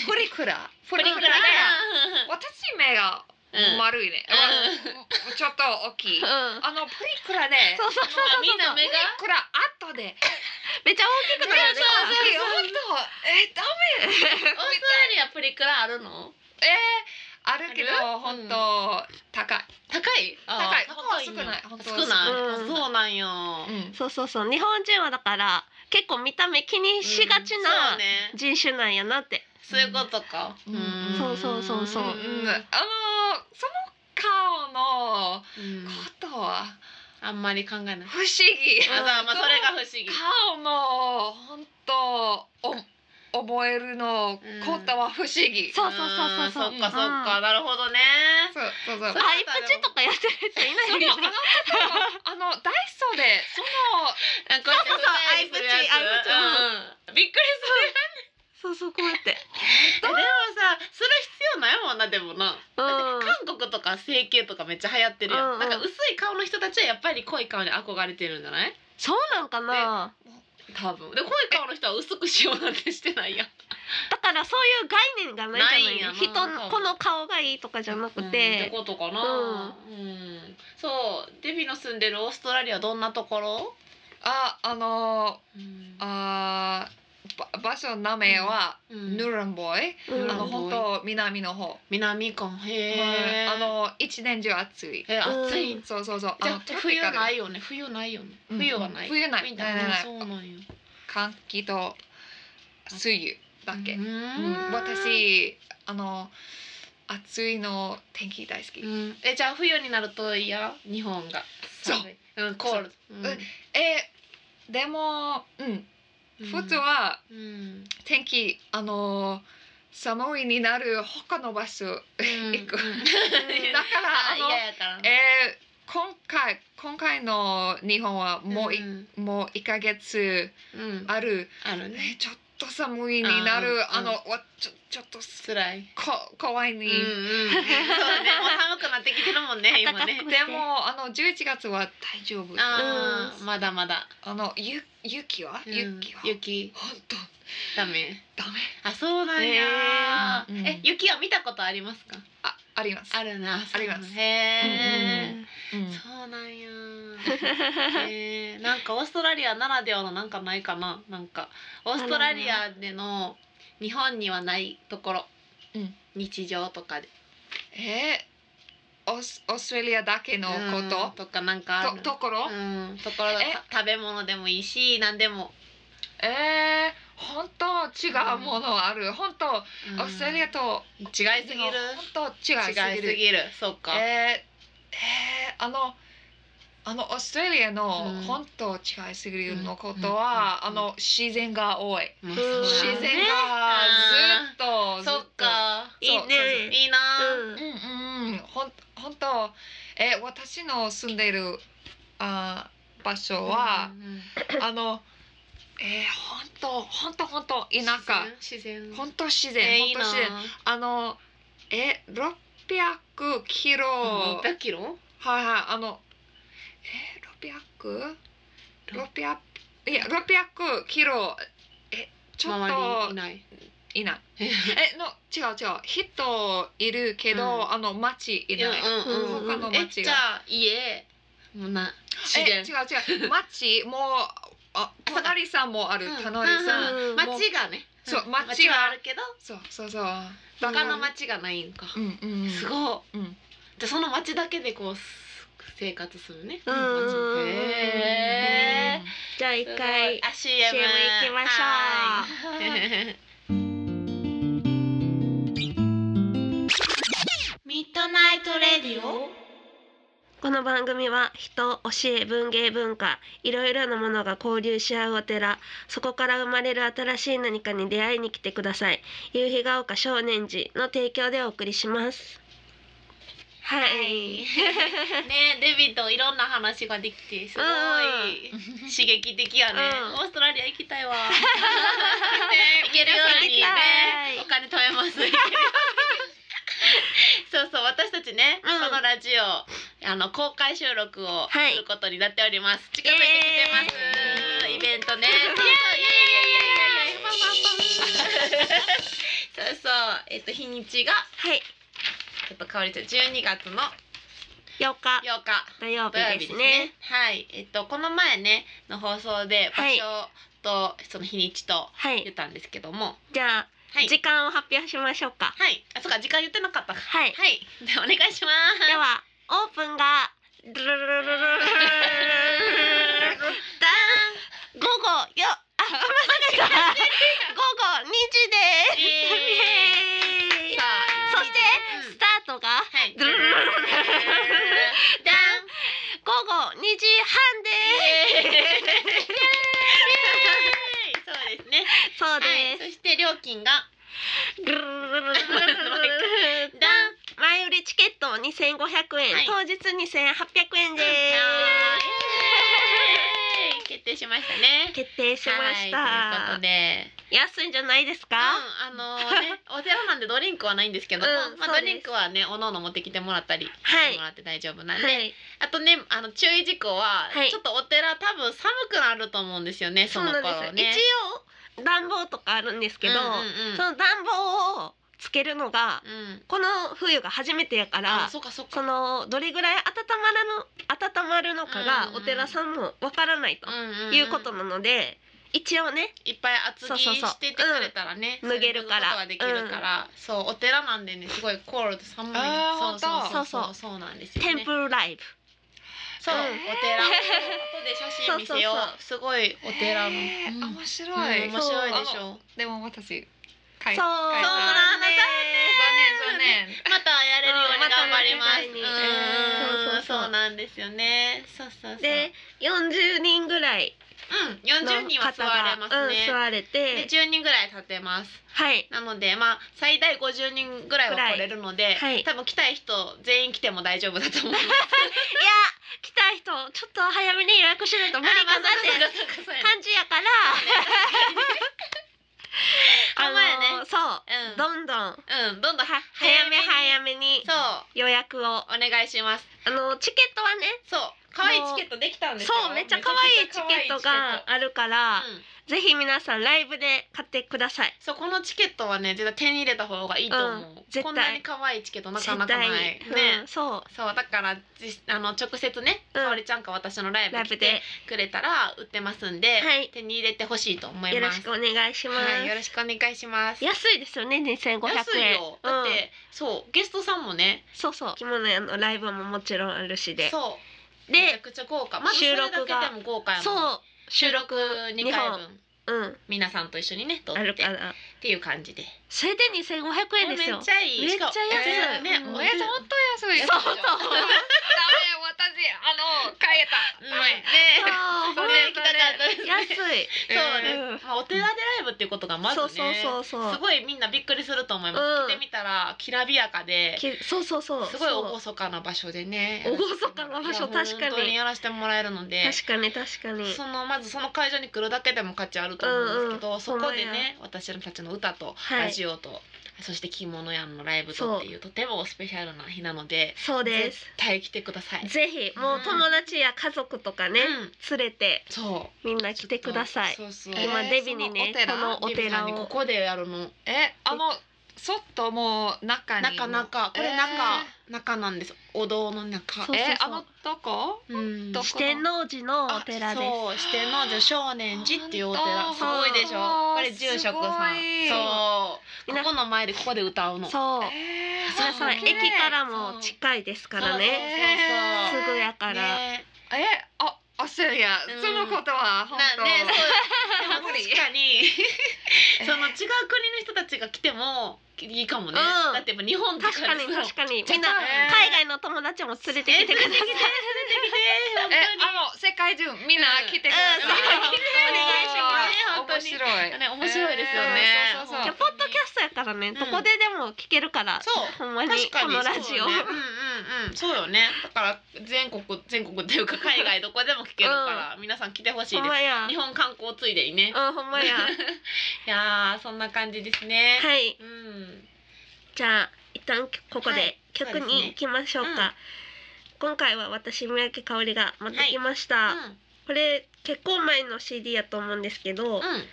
[SPEAKER 3] プリ クラ
[SPEAKER 2] プ
[SPEAKER 3] プ
[SPEAKER 2] リクラ
[SPEAKER 3] ね
[SPEAKER 2] だ
[SPEAKER 3] 私目が
[SPEAKER 2] うん
[SPEAKER 3] 丸いね、わ ちょっと大き い
[SPEAKER 1] うん
[SPEAKER 3] あのプリクラね
[SPEAKER 1] そうそうそうそう
[SPEAKER 2] みんな 目
[SPEAKER 3] プリ
[SPEAKER 2] が
[SPEAKER 3] クラ後で
[SPEAKER 1] めっちゃ大きくなるね
[SPEAKER 2] そうそうそう
[SPEAKER 3] 本当えダ
[SPEAKER 2] オーストラリアプリクラあるの
[SPEAKER 3] メえー、あるけど
[SPEAKER 2] ある
[SPEAKER 3] 本当高い
[SPEAKER 2] 高い
[SPEAKER 3] 高
[SPEAKER 2] あ
[SPEAKER 3] い
[SPEAKER 2] ー
[SPEAKER 3] ここは少ない
[SPEAKER 2] 高
[SPEAKER 3] 本
[SPEAKER 2] い少
[SPEAKER 3] 当は
[SPEAKER 2] ない
[SPEAKER 1] うん
[SPEAKER 2] あそうなんよ
[SPEAKER 3] うん
[SPEAKER 1] そうそうそう日本人はだから結構見た目気にしがち
[SPEAKER 2] そう
[SPEAKER 1] な
[SPEAKER 2] ね
[SPEAKER 1] 人種なんやなって
[SPEAKER 2] そういうことか
[SPEAKER 3] うん
[SPEAKER 2] ん
[SPEAKER 1] そうそうそうそう
[SPEAKER 3] うんうんあのーその顔の
[SPEAKER 2] うん
[SPEAKER 3] ことは
[SPEAKER 2] あんまり考えないあ
[SPEAKER 3] 不思議。
[SPEAKER 2] そうまあそれが不思議
[SPEAKER 3] 顔の本当お覚えるのことは不思議。
[SPEAKER 1] そうそうそうそうそう
[SPEAKER 2] うんそっかそっかなるほどね
[SPEAKER 3] そうそう
[SPEAKER 2] そ
[SPEAKER 3] そう。
[SPEAKER 1] アイプチとかやってる人いない
[SPEAKER 3] そう
[SPEAKER 1] よ
[SPEAKER 3] あのあのダイソーでそ
[SPEAKER 2] そう
[SPEAKER 3] の
[SPEAKER 2] そう
[SPEAKER 1] そうアイプチアイプチ
[SPEAKER 2] うんびっくり
[SPEAKER 1] そうそうこうやって
[SPEAKER 2] するでもさする必要ないもんなでもな
[SPEAKER 1] うん
[SPEAKER 2] 韓国とか整形とかめっちゃ流行ってるや
[SPEAKER 1] うんうん
[SPEAKER 2] んなんか薄い顔の人たちはやっぱり濃い顔に憧れてるんじゃない
[SPEAKER 1] そうなんかな
[SPEAKER 2] 多分で濃い顔の人は薄くしようなんてしてないやん
[SPEAKER 1] だからそういう概念がないじゃない
[SPEAKER 2] ないんやな
[SPEAKER 1] 人のこの顔がいいとかじゃなく
[SPEAKER 2] うんって
[SPEAKER 1] て
[SPEAKER 2] ことかなうん、そうデビの住んでるオーストラリアどんなところ、
[SPEAKER 3] ああのあーば場所の名前は
[SPEAKER 2] うん
[SPEAKER 3] ヌルンボイ。
[SPEAKER 1] うん
[SPEAKER 3] あの
[SPEAKER 2] ほ
[SPEAKER 3] 本当南の方。
[SPEAKER 2] 南館へえ、
[SPEAKER 3] あの一年中暑い。
[SPEAKER 2] え
[SPEAKER 1] うん
[SPEAKER 2] 暑いん
[SPEAKER 3] そうそうそう。
[SPEAKER 2] じゃ
[SPEAKER 3] あの。
[SPEAKER 2] あ冬ないいよね冬ないよね
[SPEAKER 3] うん
[SPEAKER 2] 冬はない、
[SPEAKER 3] 冬ない
[SPEAKER 2] みたいな
[SPEAKER 3] ないない
[SPEAKER 2] そうなんよ
[SPEAKER 3] 換気と水油だけ。
[SPEAKER 2] う
[SPEAKER 3] うん
[SPEAKER 2] ん
[SPEAKER 3] 私あの暑いの天気大好き、
[SPEAKER 2] う
[SPEAKER 3] え
[SPEAKER 2] んえじゃあ冬になるといいや日本が
[SPEAKER 3] そう
[SPEAKER 2] 寒いうんコールドうん
[SPEAKER 3] でもうん
[SPEAKER 2] うん
[SPEAKER 3] 普通は
[SPEAKER 2] うん
[SPEAKER 3] 天気あの寒いになる他の場所だか
[SPEAKER 2] 行
[SPEAKER 3] く
[SPEAKER 2] うん、
[SPEAKER 3] ら
[SPEAKER 2] あ
[SPEAKER 3] あ
[SPEAKER 2] 嫌
[SPEAKER 3] の
[SPEAKER 2] やから
[SPEAKER 3] えー今回今回の日本はもうい、
[SPEAKER 2] ん
[SPEAKER 3] もう一ヶ月
[SPEAKER 2] うんあ
[SPEAKER 3] ある、
[SPEAKER 2] る
[SPEAKER 3] え
[SPEAKER 2] ね
[SPEAKER 3] ーちょっと寒いになる
[SPEAKER 2] あ
[SPEAKER 3] あ
[SPEAKER 2] うん
[SPEAKER 3] のわちょちょっとす
[SPEAKER 2] 辛い
[SPEAKER 3] こ怖い
[SPEAKER 2] うん
[SPEAKER 3] に、
[SPEAKER 2] うんそうねもう寒くなってきてるもん ね今ね
[SPEAKER 1] 暖かく
[SPEAKER 3] でもあの11月は大丈夫あ
[SPEAKER 2] あー
[SPEAKER 1] うん
[SPEAKER 2] まだまだ
[SPEAKER 3] のゆ雪は、雪は
[SPEAKER 2] うん雪
[SPEAKER 3] 本当
[SPEAKER 2] ダメ
[SPEAKER 3] ダメ
[SPEAKER 2] あそうなんや、
[SPEAKER 3] えーうん
[SPEAKER 2] え雪は見たことありますか
[SPEAKER 3] ああります
[SPEAKER 2] あるな
[SPEAKER 3] あります
[SPEAKER 2] そうなんへ え、
[SPEAKER 3] うん
[SPEAKER 2] そうなんや へえなんかオーストラリアならではのなんかないかななんかオーストラリアでの日本にはないところ、
[SPEAKER 3] うん
[SPEAKER 2] 日常とかで
[SPEAKER 3] えー、オスオーストラリアだけのこ
[SPEAKER 2] うんとかなんかあ
[SPEAKER 3] と、
[SPEAKER 2] る
[SPEAKER 3] とところ、
[SPEAKER 2] うん、ところだ
[SPEAKER 3] え
[SPEAKER 2] た食べ物でもいいし何でも、
[SPEAKER 3] えー、本当違うものある、本当
[SPEAKER 2] うん
[SPEAKER 3] オーストラリアと
[SPEAKER 2] 違いすぎる
[SPEAKER 3] 本当違いす
[SPEAKER 2] 違い
[SPEAKER 3] ぎ
[SPEAKER 2] す
[SPEAKER 3] る
[SPEAKER 2] ぎるそうか、
[SPEAKER 3] えー、えー、あのあのオーストラリアの
[SPEAKER 2] うん
[SPEAKER 3] 本当違いすぎるのことは、
[SPEAKER 2] うんうんうん
[SPEAKER 3] あの自然が多い、
[SPEAKER 2] まあ
[SPEAKER 1] ん
[SPEAKER 2] そう
[SPEAKER 1] 自
[SPEAKER 2] や
[SPEAKER 3] 自
[SPEAKER 2] な
[SPEAKER 3] 然がずっとずっと
[SPEAKER 2] そっか
[SPEAKER 1] いいね
[SPEAKER 2] いいなあ
[SPEAKER 1] うん
[SPEAKER 3] うんうんほん本当え私の住んでいるあー場所は
[SPEAKER 2] う、んうん
[SPEAKER 3] あのえー、本当本当本当田舎
[SPEAKER 2] 自然
[SPEAKER 3] 本当自然
[SPEAKER 2] えーいい
[SPEAKER 3] 本
[SPEAKER 2] な
[SPEAKER 3] 当自然あのえ六百キロ
[SPEAKER 2] あ
[SPEAKER 3] はい
[SPEAKER 2] 600キロ
[SPEAKER 3] はいあのえ六百六百いや六百キロえちょっ
[SPEAKER 2] 周りい
[SPEAKER 3] と
[SPEAKER 2] ない
[SPEAKER 3] いいない。えの違う違う人いるけど、
[SPEAKER 2] うん
[SPEAKER 3] あの町いない。
[SPEAKER 2] うんうんうん
[SPEAKER 3] 他の
[SPEAKER 2] え
[SPEAKER 3] 町
[SPEAKER 2] じゃ
[SPEAKER 3] が。
[SPEAKER 2] あ家もうな自
[SPEAKER 3] え違う
[SPEAKER 2] 然
[SPEAKER 3] 違う町もう あ隣さんもある
[SPEAKER 2] うん
[SPEAKER 3] 隣さん。
[SPEAKER 1] うん
[SPEAKER 2] 町がね
[SPEAKER 3] そうん町
[SPEAKER 2] 町
[SPEAKER 3] が
[SPEAKER 2] はあるけど
[SPEAKER 3] そうそうそう。だか
[SPEAKER 2] 他
[SPEAKER 3] ら
[SPEAKER 2] の町がないんか
[SPEAKER 3] うんうんうん。
[SPEAKER 2] すごい
[SPEAKER 3] うん
[SPEAKER 2] じゃあその町だけでこうす生活するね
[SPEAKER 1] うんうんうん
[SPEAKER 2] へ
[SPEAKER 1] じゃあ
[SPEAKER 2] ー
[SPEAKER 1] 一回
[SPEAKER 2] あ CM
[SPEAKER 1] CM 行きましょう
[SPEAKER 2] うミッドナイトレディオ
[SPEAKER 1] この番組は人教え文芸文化いろいろなものが交流し合うお寺そこから生まれる新しい何かに出会いに来てください夕日が丘少年寺の提供でお送りしますはい、
[SPEAKER 2] はいねデビといろんな話ができてすごい刺激的やね、
[SPEAKER 1] うん
[SPEAKER 2] オーストラリア行きた いわ行けるように
[SPEAKER 1] 行きたい
[SPEAKER 2] ねお金貯めます そうそう私たちね、
[SPEAKER 1] うん
[SPEAKER 2] このラジオあの公開収録を
[SPEAKER 1] はい
[SPEAKER 2] することになっております、近づいてきてます、
[SPEAKER 1] イエーイ
[SPEAKER 2] イベントねイエーイイエーイイエーイイエーイパンパンパンそうそうえっと日にちが
[SPEAKER 1] はい、
[SPEAKER 2] ちょっと香りちゃん12月の
[SPEAKER 1] 8日
[SPEAKER 2] 8日
[SPEAKER 1] 土曜
[SPEAKER 2] 土曜
[SPEAKER 1] 日で
[SPEAKER 2] 日ですす
[SPEAKER 1] ね
[SPEAKER 2] ね。はい、えっとこの前ねの放送で場
[SPEAKER 1] はい
[SPEAKER 2] 所とその日にちと
[SPEAKER 1] は
[SPEAKER 2] 言っ
[SPEAKER 1] い、
[SPEAKER 2] たんですけども、
[SPEAKER 1] じゃあ、
[SPEAKER 2] はい、
[SPEAKER 1] 時間を発表しましょうか
[SPEAKER 2] はい、あそうか時間言ってなかったか。
[SPEAKER 1] はい、
[SPEAKER 2] はい、でお願いしま
[SPEAKER 1] ではオープンがルルルルルルルルルルルル
[SPEAKER 2] す。だ
[SPEAKER 1] 午後よあ間違えた午後2時で
[SPEAKER 2] ーん。
[SPEAKER 1] す
[SPEAKER 2] イエーイ
[SPEAKER 1] イエーイ
[SPEAKER 2] さあ
[SPEAKER 1] そして
[SPEAKER 2] うん
[SPEAKER 1] スタートが
[SPEAKER 2] はい。
[SPEAKER 1] ドゥルルルルルルルルル
[SPEAKER 2] ダン。
[SPEAKER 1] 午後2時半
[SPEAKER 2] イエーイイエーイ
[SPEAKER 1] で
[SPEAKER 2] そうですね。
[SPEAKER 1] すそう
[SPEAKER 2] はい。
[SPEAKER 1] で
[SPEAKER 2] そして料金が
[SPEAKER 1] すぐるるるるるるるる
[SPEAKER 2] ダン。
[SPEAKER 1] 前売りチケット2500円
[SPEAKER 2] はい
[SPEAKER 1] 当日2800円で
[SPEAKER 2] イエーイ決定しましたね
[SPEAKER 1] す。決定しまし
[SPEAKER 2] はい、ということ
[SPEAKER 1] た
[SPEAKER 2] で。
[SPEAKER 1] 安いんじゃないですか
[SPEAKER 2] うん、あの ね、お寺なんでドリンクはないんですけど、
[SPEAKER 1] うん
[SPEAKER 2] まあ、
[SPEAKER 1] そうです
[SPEAKER 2] ドリンクはね、おのおの持ってきてもらったり。
[SPEAKER 1] はい
[SPEAKER 2] してもらって大丈夫なんで、
[SPEAKER 1] はい
[SPEAKER 2] あとね、あの注意事項は、
[SPEAKER 1] はい
[SPEAKER 2] ちょっとお寺多分寒くなると思うんですよね、
[SPEAKER 1] そ
[SPEAKER 2] そうの
[SPEAKER 1] なんです
[SPEAKER 2] 頃ね。
[SPEAKER 1] 一応暖房とかあるんですけど
[SPEAKER 2] うんうんうん
[SPEAKER 1] その暖房をつけるのが
[SPEAKER 2] うん、
[SPEAKER 1] この冬が初めてやから
[SPEAKER 2] あ、そうか、そうか。
[SPEAKER 1] そのどれぐらい温まらの温まるのか
[SPEAKER 2] うん
[SPEAKER 1] が
[SPEAKER 2] うん
[SPEAKER 1] お寺さんもわからないと
[SPEAKER 2] んんん
[SPEAKER 1] いうことなので、一応ね
[SPEAKER 2] いっぱい厚着
[SPEAKER 1] そうそうそう
[SPEAKER 2] しててくれたらね、
[SPEAKER 1] うん脱げるから
[SPEAKER 2] そういうことができるから、そうお寺なんでねすごいコールド寒い
[SPEAKER 3] あ
[SPEAKER 2] そ
[SPEAKER 3] ー
[SPEAKER 2] うそうそうそ
[SPEAKER 1] 本
[SPEAKER 2] うそうなんですよ
[SPEAKER 1] テ
[SPEAKER 2] ね
[SPEAKER 1] ンプルライブ、
[SPEAKER 2] そう、
[SPEAKER 1] うん
[SPEAKER 2] お寺後で写真見せよう
[SPEAKER 1] そうそう
[SPEAKER 2] すごいお寺の、
[SPEAKER 3] へー
[SPEAKER 2] うん
[SPEAKER 3] 面白い、
[SPEAKER 2] うん面白いでし
[SPEAKER 3] そうあの
[SPEAKER 2] ょ
[SPEAKER 3] でも私かい
[SPEAKER 1] そう
[SPEAKER 3] かい
[SPEAKER 2] そうなんだ
[SPEAKER 3] 残念残念
[SPEAKER 2] またやれるように頑張ります、
[SPEAKER 1] うん
[SPEAKER 2] う
[SPEAKER 1] またね
[SPEAKER 2] ん
[SPEAKER 1] そうそうそう
[SPEAKER 2] そうなんですよねそうそうそう
[SPEAKER 1] で40人ぐらい
[SPEAKER 2] うん、40人
[SPEAKER 1] の
[SPEAKER 2] は座
[SPEAKER 1] 方が
[SPEAKER 2] れますね、
[SPEAKER 1] うん、座れ
[SPEAKER 2] で
[SPEAKER 1] て
[SPEAKER 2] 10人ぐらい立てます
[SPEAKER 1] はい
[SPEAKER 2] なのでまあ最大50人ぐらいは来れるので、
[SPEAKER 1] はい
[SPEAKER 2] 多分来たい人全員来ても大丈夫だと思う
[SPEAKER 1] いや来た人ちょっと早めに予約しないと無理
[SPEAKER 2] あま
[SPEAKER 1] か
[SPEAKER 2] あ
[SPEAKER 1] なって
[SPEAKER 2] そうかそうかそうかそうやね
[SPEAKER 1] 感じやから
[SPEAKER 2] ほんまやね
[SPEAKER 1] のそう
[SPEAKER 2] うん
[SPEAKER 1] どんどん
[SPEAKER 2] うんどんどんは
[SPEAKER 1] 早め
[SPEAKER 2] め
[SPEAKER 1] 早めに
[SPEAKER 2] にそう
[SPEAKER 1] 予約を
[SPEAKER 2] お願いします
[SPEAKER 1] あのチケットはね
[SPEAKER 2] そう可愛いチケットできたんですよ
[SPEAKER 1] そうめっちゃ可愛いチケットがあるから、
[SPEAKER 2] うん
[SPEAKER 1] ぜひ皆さんライブで買ってください
[SPEAKER 2] そうこのチケットはね絶対手に入れた方がいいと思
[SPEAKER 1] うん
[SPEAKER 2] う、
[SPEAKER 1] 絶対
[SPEAKER 2] こんなに可愛いチケットなかなかないね、
[SPEAKER 1] 絶対うん、そ
[SPEAKER 2] そうだからじあの直接ね、
[SPEAKER 1] うん
[SPEAKER 2] かおりちゃんか私のライ
[SPEAKER 1] うラ
[SPEAKER 2] ブ
[SPEAKER 1] イブ
[SPEAKER 2] 来
[SPEAKER 1] で
[SPEAKER 2] てくれたら売ってますんで、
[SPEAKER 1] はい
[SPEAKER 2] 手に入れてほしいと思います
[SPEAKER 1] よろしくお願いします、
[SPEAKER 2] はい、よろしくお願いします
[SPEAKER 1] 安いですよね2500円
[SPEAKER 2] 安いよだって、
[SPEAKER 1] うん、
[SPEAKER 2] そうゲストさんもね
[SPEAKER 1] そうそう着物屋のライブももちろんあるしで
[SPEAKER 2] そうめちゃ
[SPEAKER 1] で
[SPEAKER 2] くちゃ豪華まずそれだけでも豪華やもん
[SPEAKER 1] そう
[SPEAKER 2] 収録2回分
[SPEAKER 1] うん
[SPEAKER 2] 皆さんと一緒にね撮っ
[SPEAKER 1] あ
[SPEAKER 2] て
[SPEAKER 1] るか
[SPEAKER 2] っ
[SPEAKER 1] ら
[SPEAKER 2] ていう感じで
[SPEAKER 1] それで2500円ですよ
[SPEAKER 2] めっちゃいい
[SPEAKER 1] めっちゃ安い
[SPEAKER 2] しかもえーね、
[SPEAKER 1] うん
[SPEAKER 2] お
[SPEAKER 3] お
[SPEAKER 2] や
[SPEAKER 3] や
[SPEAKER 2] つ
[SPEAKER 3] つ
[SPEAKER 2] も
[SPEAKER 3] 本当安い。
[SPEAKER 1] そうそう
[SPEAKER 3] ダメ、私あの買えた。
[SPEAKER 2] うん
[SPEAKER 3] ダメ
[SPEAKER 2] ね
[SPEAKER 1] あーほ
[SPEAKER 2] そ
[SPEAKER 1] ん
[SPEAKER 2] う
[SPEAKER 1] ま
[SPEAKER 2] ね行きたかったですね
[SPEAKER 1] 安い
[SPEAKER 2] そうね、
[SPEAKER 1] うん
[SPEAKER 2] まあお寺でライブっていうことがまずね、
[SPEAKER 1] そうそう そうそう
[SPEAKER 2] すごいみんなびっくりすると思います。
[SPEAKER 1] うん
[SPEAKER 2] 来てみたらきらびやかで、
[SPEAKER 1] きそうそうそう
[SPEAKER 2] すごい
[SPEAKER 1] そう
[SPEAKER 2] 厳かな場所でね。
[SPEAKER 1] 厳かな場所
[SPEAKER 2] いや
[SPEAKER 1] 確かに
[SPEAKER 2] 本当にやらせてもらえるので。
[SPEAKER 1] 確かに確かに
[SPEAKER 2] そのまずその会場に来るだけでも価値あると思うんですけど、
[SPEAKER 1] うんうん
[SPEAKER 2] そ
[SPEAKER 1] ほん
[SPEAKER 2] こで
[SPEAKER 1] まや
[SPEAKER 2] ね私たちの歌と
[SPEAKER 1] はい
[SPEAKER 2] ラジオとそして着物屋のライブとっていうとてもスペシャルな日なので
[SPEAKER 1] そうです
[SPEAKER 2] 絶対来てください、
[SPEAKER 1] ぜひもう友達や家族とかね、
[SPEAKER 2] うん
[SPEAKER 1] 連れて
[SPEAKER 2] そ
[SPEAKER 1] みんな
[SPEAKER 2] う
[SPEAKER 1] 来てください
[SPEAKER 2] そうそう
[SPEAKER 3] えー
[SPEAKER 1] 今デビにね
[SPEAKER 3] そ
[SPEAKER 1] こ
[SPEAKER 3] の
[SPEAKER 1] の
[SPEAKER 3] お
[SPEAKER 1] お
[SPEAKER 2] デビさん
[SPEAKER 1] 寺
[SPEAKER 2] にこ
[SPEAKER 1] を
[SPEAKER 2] こでやるの
[SPEAKER 3] えあのそっともう中に
[SPEAKER 2] 中中これ中、中なんですお堂の中
[SPEAKER 1] そう
[SPEAKER 3] えーえ
[SPEAKER 1] そう
[SPEAKER 3] あのとこ
[SPEAKER 2] うん
[SPEAKER 3] どこ
[SPEAKER 1] 四天王寺のお寺です
[SPEAKER 2] そう四天王寺少年寺っていうお寺
[SPEAKER 3] あ
[SPEAKER 2] すごいでしょこれ住職さん
[SPEAKER 3] す
[SPEAKER 2] そ
[SPEAKER 3] ごい
[SPEAKER 2] うここの前でここで歌うの
[SPEAKER 1] そう
[SPEAKER 3] えー
[SPEAKER 1] 皆さん
[SPEAKER 2] そうね
[SPEAKER 1] 駅からも近いですからね
[SPEAKER 2] そうそう
[SPEAKER 1] す
[SPEAKER 2] そう
[SPEAKER 1] ぐやから、
[SPEAKER 2] ね
[SPEAKER 3] えあオーストラリア、
[SPEAKER 2] うん
[SPEAKER 3] そのことは
[SPEAKER 2] な
[SPEAKER 3] 本当
[SPEAKER 2] ねそうでも
[SPEAKER 3] 無理
[SPEAKER 2] 確か に
[SPEAKER 3] えー
[SPEAKER 2] その違う国の人たちが来てもいいかもね、
[SPEAKER 1] うん
[SPEAKER 2] だってやっぱ日本と
[SPEAKER 1] 確かに
[SPEAKER 2] そう
[SPEAKER 1] 確かに
[SPEAKER 2] そ
[SPEAKER 1] み
[SPEAKER 2] う
[SPEAKER 1] んな
[SPEAKER 2] えー
[SPEAKER 1] 海外の友達も連れてきてください、
[SPEAKER 2] えー連れて きて
[SPEAKER 3] え
[SPEAKER 2] 本当に
[SPEAKER 3] あの世界中みんな来てください、
[SPEAKER 1] うんうん
[SPEAKER 2] そうお願いします
[SPEAKER 3] 面白い、
[SPEAKER 2] ね面白いですよね
[SPEAKER 3] えーそうそ
[SPEAKER 1] じ
[SPEAKER 3] うそ
[SPEAKER 1] ゃ
[SPEAKER 3] う
[SPEAKER 1] あポッドキャストやからね、
[SPEAKER 2] ん
[SPEAKER 1] どこででも聞けるから
[SPEAKER 2] そう
[SPEAKER 1] ほんまに
[SPEAKER 2] 確か
[SPEAKER 1] こ
[SPEAKER 2] に
[SPEAKER 1] のラジオ、
[SPEAKER 2] そうよねうんうんうんそうよねだから全国全国っていう か海外どこでも聞けるから、皆さん来てほしい
[SPEAKER 1] ほん
[SPEAKER 2] で
[SPEAKER 1] ますや
[SPEAKER 2] 日本観光ついでにね、
[SPEAKER 1] うんほんまや
[SPEAKER 2] いやーそんな感じですね、
[SPEAKER 1] はい
[SPEAKER 2] うん
[SPEAKER 1] じゃあ一旦ここ
[SPEAKER 2] は
[SPEAKER 1] で
[SPEAKER 2] い
[SPEAKER 1] 曲
[SPEAKER 2] そうですね
[SPEAKER 1] に行きましょうか、
[SPEAKER 2] うん
[SPEAKER 1] 今回は私三宅香織が持ってきました、これ結構前の CD やと思うんですけど、
[SPEAKER 2] うんうん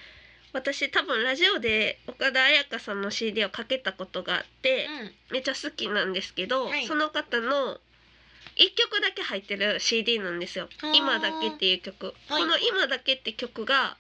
[SPEAKER 1] 私多分ラジオで岡田彩香さんの CD をかけたことがあって、めっちゃ好きなんですけど、
[SPEAKER 2] はい
[SPEAKER 1] その方の一曲だけ入ってる CD なんですよ「
[SPEAKER 2] あー
[SPEAKER 1] 今だけ」っていう曲、
[SPEAKER 2] はい
[SPEAKER 1] この「今だけ」って曲が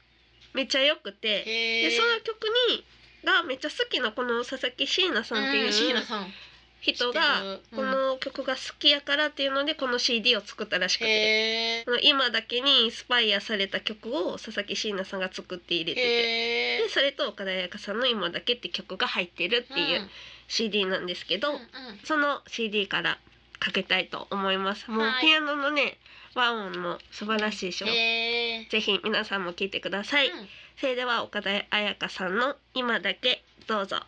[SPEAKER 1] めっちゃ良くて
[SPEAKER 2] へ
[SPEAKER 1] で
[SPEAKER 2] ー
[SPEAKER 1] その曲にがめっちゃ好きなこの佐々木椎名さんってい
[SPEAKER 2] うん椎名
[SPEAKER 1] う
[SPEAKER 2] さん
[SPEAKER 1] 人が
[SPEAKER 2] 知ってる
[SPEAKER 1] こ
[SPEAKER 2] うん
[SPEAKER 1] の曲が好きやからっていうのでこの CD を作ったらしくて。
[SPEAKER 2] へ
[SPEAKER 1] この今だけにインスパイアされた曲を佐々木椎名さんが作って入れ
[SPEAKER 2] え
[SPEAKER 1] てて
[SPEAKER 2] へ
[SPEAKER 1] でそれと岡田彩香さんの「今だけ」って曲が入ってるっていう CD なんですけど、
[SPEAKER 2] うんうん
[SPEAKER 1] その CD からかけたいと思いますもう
[SPEAKER 2] はい
[SPEAKER 1] ピアノのね和音も素晴らしいでしょ、
[SPEAKER 2] へー
[SPEAKER 1] ぜひ皆さんも聴いてください、
[SPEAKER 2] うん
[SPEAKER 1] それでは岡田彩香さんの「今だけ」どうぞ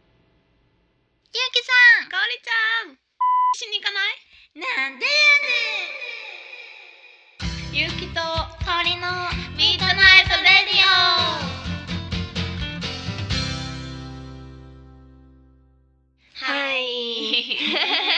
[SPEAKER 4] ゆうきさんかおりちゃん
[SPEAKER 2] しに行かない
[SPEAKER 4] なんで
[SPEAKER 2] ゆうきと
[SPEAKER 4] やねんかおりのミートナイトレディオ
[SPEAKER 1] はい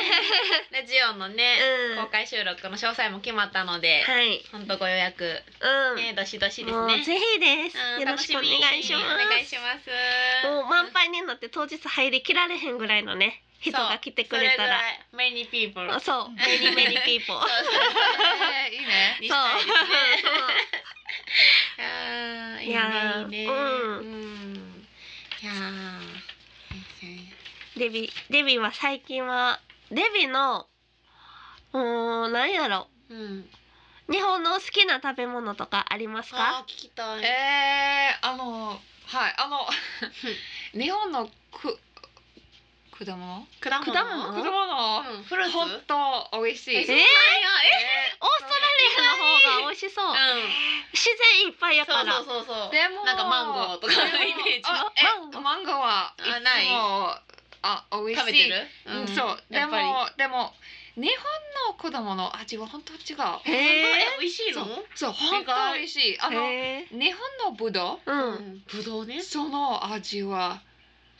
[SPEAKER 2] ラジオのね、
[SPEAKER 1] うん
[SPEAKER 2] 公開収録の詳細も決まったので、
[SPEAKER 1] はい
[SPEAKER 2] ほんとご予約
[SPEAKER 1] うん、
[SPEAKER 2] ねどしどしです
[SPEAKER 1] もう
[SPEAKER 2] ね。
[SPEAKER 1] ぜひです、
[SPEAKER 2] うん
[SPEAKER 1] よろしくお願いします
[SPEAKER 2] 楽みにお願いします。
[SPEAKER 1] もう満杯になって当日入りきられへんぐらいのね人が来てくれたら
[SPEAKER 2] それぐらい many people
[SPEAKER 1] あそう
[SPEAKER 3] うん
[SPEAKER 1] メリーメリーピーポー
[SPEAKER 2] そうそう
[SPEAKER 3] えーいいね。
[SPEAKER 2] にしたいです
[SPEAKER 1] そ
[SPEAKER 2] あーいい
[SPEAKER 1] いやー
[SPEAKER 2] ねいい
[SPEAKER 1] う
[SPEAKER 2] ね
[SPEAKER 1] ん
[SPEAKER 2] うんいやーいいね
[SPEAKER 1] うデビデビは最近はデビのうーん何やろ
[SPEAKER 2] うん
[SPEAKER 1] 日本の好きな食べ物とかあります
[SPEAKER 2] あ
[SPEAKER 1] か
[SPEAKER 2] ー聞きたい
[SPEAKER 3] えー、あのはいあ の日本のく果物
[SPEAKER 2] 果物
[SPEAKER 1] 果物
[SPEAKER 3] 果
[SPEAKER 1] うん
[SPEAKER 3] 物、
[SPEAKER 2] うんフルーツ
[SPEAKER 3] 本当美味しい。
[SPEAKER 1] えー、オーストラ
[SPEAKER 2] え
[SPEAKER 1] リアの方が美味しそう自然いっぱいやから
[SPEAKER 2] うんそうそうそうそう
[SPEAKER 3] でも
[SPEAKER 2] なんかマンゴーとかの
[SPEAKER 3] でも
[SPEAKER 2] イメージ
[SPEAKER 3] あ
[SPEAKER 1] マンゴ
[SPEAKER 3] え
[SPEAKER 1] ー
[SPEAKER 3] マンゴーはいつも
[SPEAKER 2] あない
[SPEAKER 3] あ美味しい。
[SPEAKER 2] 食べてる
[SPEAKER 3] うん、そうで
[SPEAKER 2] やっ
[SPEAKER 3] も
[SPEAKER 2] ぱり
[SPEAKER 3] でも日本の果物の味は本当に違う。
[SPEAKER 1] へ
[SPEAKER 2] え
[SPEAKER 1] え
[SPEAKER 2] 美味しいの
[SPEAKER 3] そう本当美味しい。あの
[SPEAKER 1] へえ
[SPEAKER 3] 日本のぶど
[SPEAKER 1] う
[SPEAKER 2] うんぶどうね
[SPEAKER 3] うその味は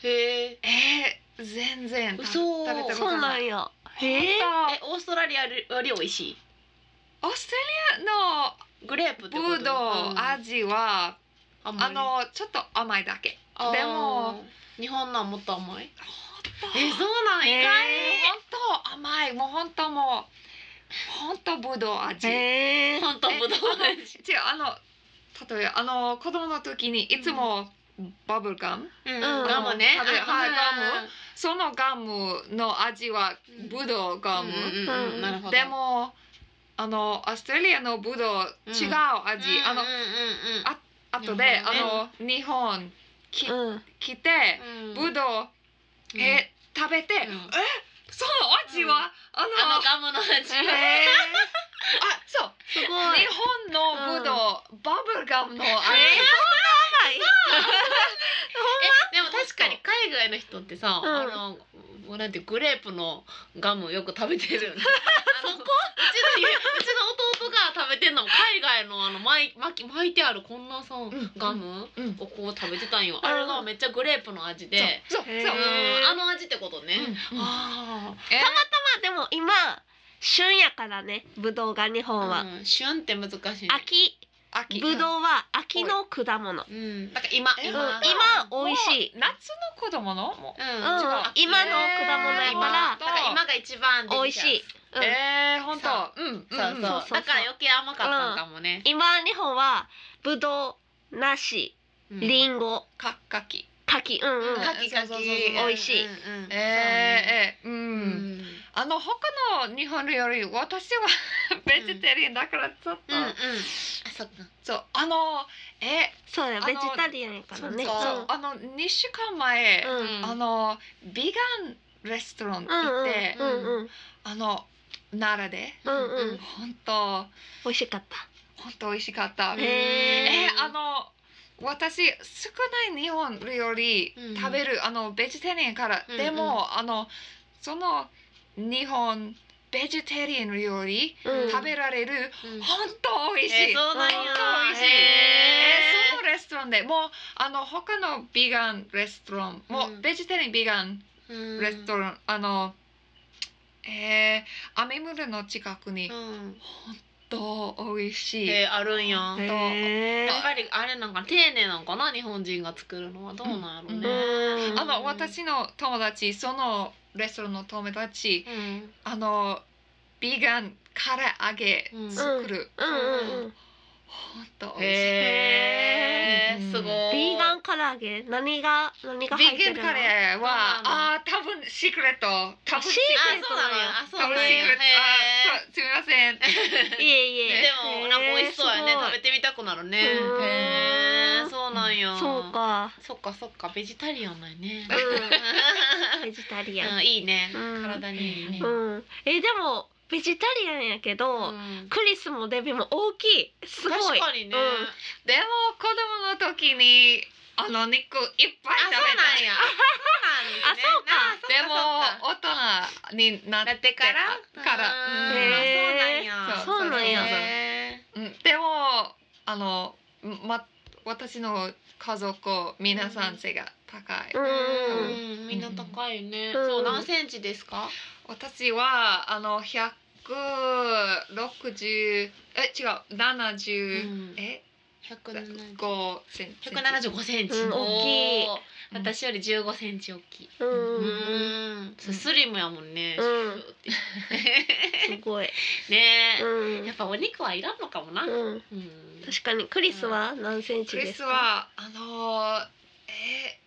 [SPEAKER 2] へえ
[SPEAKER 3] えー、全然た
[SPEAKER 2] 嘘
[SPEAKER 3] 食べたこ
[SPEAKER 1] そう
[SPEAKER 3] と
[SPEAKER 1] な
[SPEAKER 3] ない。
[SPEAKER 1] んやへえ
[SPEAKER 2] えオーストラリアよりより美味し
[SPEAKER 3] オーストラリアの
[SPEAKER 2] いグレープってこと
[SPEAKER 3] ブドウ味は、
[SPEAKER 2] うん
[SPEAKER 3] あ
[SPEAKER 2] 甘い
[SPEAKER 3] のちょっと甘いだけ。
[SPEAKER 2] あー
[SPEAKER 3] でも
[SPEAKER 2] 日本のはもっと甘い
[SPEAKER 3] えそう
[SPEAKER 2] なん
[SPEAKER 1] へー
[SPEAKER 3] 本当甘いもう本当もう本当ブドウ味。
[SPEAKER 1] へえ
[SPEAKER 2] 本当ぶどう味
[SPEAKER 3] 違うあの例えばあの子供の時にいつもバブルガム、
[SPEAKER 2] うん
[SPEAKER 1] うん
[SPEAKER 2] ガムね
[SPEAKER 3] 食べはいガ
[SPEAKER 2] ム
[SPEAKER 3] そのガムの味は
[SPEAKER 2] うん
[SPEAKER 3] ブドウガム、
[SPEAKER 1] うん
[SPEAKER 2] なるほど
[SPEAKER 3] でもあのオーストラリアのブドウ
[SPEAKER 2] うん
[SPEAKER 3] 違う味、
[SPEAKER 2] うん
[SPEAKER 3] あの
[SPEAKER 2] うんうんうん
[SPEAKER 3] あ後で、
[SPEAKER 2] なるほ
[SPEAKER 3] あの日本き
[SPEAKER 1] うん
[SPEAKER 3] 来て、
[SPEAKER 2] うん
[SPEAKER 3] ブドウ、
[SPEAKER 2] うん
[SPEAKER 3] え食べて、
[SPEAKER 2] うん
[SPEAKER 3] えその味は、あの
[SPEAKER 2] あのガムの味
[SPEAKER 3] えーあそう
[SPEAKER 1] すごい
[SPEAKER 3] 日本のブドウ、バブルガムの味、
[SPEAKER 2] えでも確かに海外の人ってさ、
[SPEAKER 1] うん
[SPEAKER 2] あのもうなんてグレープのガムよく食べて るよね。そこうちの うちの弟が食べてんのも海外のあの巻い巻き巻いてあるこんなさ、
[SPEAKER 3] ん
[SPEAKER 2] ガム
[SPEAKER 3] うん
[SPEAKER 2] をこう食べてたんよ。あれがめっちゃグレープの味で、
[SPEAKER 3] そうそう
[SPEAKER 1] へー
[SPEAKER 3] そう
[SPEAKER 2] うん、あの味ってことね。
[SPEAKER 3] うんうん
[SPEAKER 2] あ
[SPEAKER 3] えー
[SPEAKER 1] まあでも今旬やからねぶどうが日
[SPEAKER 2] あ、
[SPEAKER 1] 本は、
[SPEAKER 2] うん、旬って難しい、ね。
[SPEAKER 1] 秋
[SPEAKER 3] 秋
[SPEAKER 1] ぶどうは秋の果物、うん、
[SPEAKER 2] うん、だから今
[SPEAKER 3] え
[SPEAKER 2] 今、
[SPEAKER 3] うん
[SPEAKER 1] 今美味しい、
[SPEAKER 3] 夏の子供のも
[SPEAKER 2] うん、
[SPEAKER 1] うん
[SPEAKER 2] 一番秋
[SPEAKER 1] 今の果物や
[SPEAKER 2] 今だ
[SPEAKER 1] か
[SPEAKER 2] から今が一番
[SPEAKER 1] ら美味しい、う
[SPEAKER 3] うんえー、本
[SPEAKER 2] そ
[SPEAKER 3] 当うん
[SPEAKER 2] そうそう、
[SPEAKER 3] ん
[SPEAKER 2] だ
[SPEAKER 1] そうそう
[SPEAKER 2] から余計甘かったんかもね。
[SPEAKER 1] 今日本はぶどう梨
[SPEAKER 2] うん
[SPEAKER 1] りんご
[SPEAKER 3] かかき
[SPEAKER 1] 柿うんうん、
[SPEAKER 3] ん
[SPEAKER 2] カキカキ
[SPEAKER 3] そうそうそう
[SPEAKER 1] そう美味しい
[SPEAKER 2] うんうん
[SPEAKER 3] えー、えー、う、
[SPEAKER 2] そうんね
[SPEAKER 3] あの他の日本料理私は ベジタリアンだからちょっと、
[SPEAKER 2] うんうんあそっか
[SPEAKER 3] そうあのえ
[SPEAKER 1] そうや
[SPEAKER 3] の
[SPEAKER 1] ベジタリアンやからね
[SPEAKER 2] そう
[SPEAKER 3] そうあの二週間前、
[SPEAKER 1] うん
[SPEAKER 2] うん
[SPEAKER 3] あのビガンレストラン行
[SPEAKER 1] うんうんうん
[SPEAKER 3] って、
[SPEAKER 1] うんうん
[SPEAKER 3] あの奈良で
[SPEAKER 1] うんうん
[SPEAKER 2] うん
[SPEAKER 3] 本当
[SPEAKER 1] 美味しかった
[SPEAKER 3] 本当美味しかった、
[SPEAKER 1] へ
[SPEAKER 3] え
[SPEAKER 1] え
[SPEAKER 3] ーあの私少ない日本料理
[SPEAKER 2] うん
[SPEAKER 3] 食べる、あのベジタリアンから、
[SPEAKER 2] うんうん
[SPEAKER 3] でもあのその日本ベジタリアン料理
[SPEAKER 1] うん
[SPEAKER 3] 食べられる、
[SPEAKER 2] うん
[SPEAKER 3] 本当美味しい、
[SPEAKER 2] えーそうなんや
[SPEAKER 1] 本
[SPEAKER 3] 当美味しいえー
[SPEAKER 2] へ
[SPEAKER 3] そのレストランでもうあの他のビガンレストランも、
[SPEAKER 2] うん
[SPEAKER 3] ベジタリアンビガン
[SPEAKER 2] ーうん
[SPEAKER 3] レストラン、あのえー、アメムルの近くに
[SPEAKER 2] うん
[SPEAKER 3] 本当美味しい、
[SPEAKER 2] えーあるんや
[SPEAKER 3] へー
[SPEAKER 1] へ
[SPEAKER 2] やっぱりあれなんか丁寧なんかな日本人が作るのはどうなんやろう
[SPEAKER 1] え
[SPEAKER 2] ね
[SPEAKER 1] うん
[SPEAKER 3] あ
[SPEAKER 2] う
[SPEAKER 3] の
[SPEAKER 2] ん
[SPEAKER 3] 私の友達そのレストランの友達
[SPEAKER 2] うん
[SPEAKER 3] あのビガン唐揚げ
[SPEAKER 2] うん
[SPEAKER 3] 作る、
[SPEAKER 1] うんうんうん
[SPEAKER 3] 本当美味しい、
[SPEAKER 2] へ
[SPEAKER 3] うん
[SPEAKER 2] ーすごい
[SPEAKER 1] ビーガン唐揚げ何が何が入っ
[SPEAKER 3] ビ
[SPEAKER 1] てる
[SPEAKER 3] ガン
[SPEAKER 1] の
[SPEAKER 3] カレーは
[SPEAKER 2] そうな
[SPEAKER 3] あー多分シークレット多分
[SPEAKER 1] シーク
[SPEAKER 2] あ
[SPEAKER 3] シークレット
[SPEAKER 2] そうなのよあそう
[SPEAKER 3] 多
[SPEAKER 2] なの
[SPEAKER 3] 分シ
[SPEAKER 2] よ
[SPEAKER 3] ークレットあ
[SPEAKER 2] へ
[SPEAKER 3] そうすみません
[SPEAKER 2] ー
[SPEAKER 1] いえいえ
[SPEAKER 2] でもなんか美味しそうやね
[SPEAKER 1] へーすごい
[SPEAKER 2] 食べてみたくなるね
[SPEAKER 1] うん
[SPEAKER 2] へーそうなんや
[SPEAKER 1] そうか
[SPEAKER 2] そっかそっかベジタリアンなんやね
[SPEAKER 1] うんベジタリアン。
[SPEAKER 2] うんいいね
[SPEAKER 1] うん
[SPEAKER 2] 体にいいね
[SPEAKER 1] うん。えでもベジタリアンやけど、
[SPEAKER 2] うん
[SPEAKER 1] クリスもデビも大きい。すごい。
[SPEAKER 2] 確かにね
[SPEAKER 1] うん
[SPEAKER 3] でも子供の時にあの肉いっぱい
[SPEAKER 2] あ、そうなん
[SPEAKER 3] 食べた
[SPEAKER 2] や。
[SPEAKER 1] あそうか
[SPEAKER 3] でも大人にな
[SPEAKER 2] だ
[SPEAKER 3] っ
[SPEAKER 2] っててから
[SPEAKER 3] から
[SPEAKER 2] うん
[SPEAKER 1] へー
[SPEAKER 2] あ
[SPEAKER 3] そう
[SPEAKER 1] そうなんや
[SPEAKER 2] そう
[SPEAKER 3] うん、でもあのま私の家族皆さん背が高い、
[SPEAKER 1] うん
[SPEAKER 2] そうう
[SPEAKER 1] う
[SPEAKER 2] ん
[SPEAKER 1] ん。
[SPEAKER 2] んうんみんな高いね。
[SPEAKER 1] うん
[SPEAKER 2] そう何センチですか？
[SPEAKER 3] 私はあの160え違う70、
[SPEAKER 2] うん
[SPEAKER 3] え
[SPEAKER 2] 175
[SPEAKER 3] 5センチ
[SPEAKER 2] センチ、
[SPEAKER 1] うん大きい
[SPEAKER 2] おー私より15センチ大きい
[SPEAKER 1] うん
[SPEAKER 2] う
[SPEAKER 1] うん
[SPEAKER 2] んそうスリムやもんね、
[SPEAKER 1] うん
[SPEAKER 2] シューっ
[SPEAKER 1] す
[SPEAKER 2] て
[SPEAKER 1] ごい。
[SPEAKER 2] ねえ、
[SPEAKER 1] うん
[SPEAKER 2] やっぱお肉はいらんのかもな、うん
[SPEAKER 1] うん。確かにクリスは何センチ
[SPEAKER 3] クリ
[SPEAKER 1] です
[SPEAKER 3] ス
[SPEAKER 1] か？
[SPEAKER 3] はあのーえーえ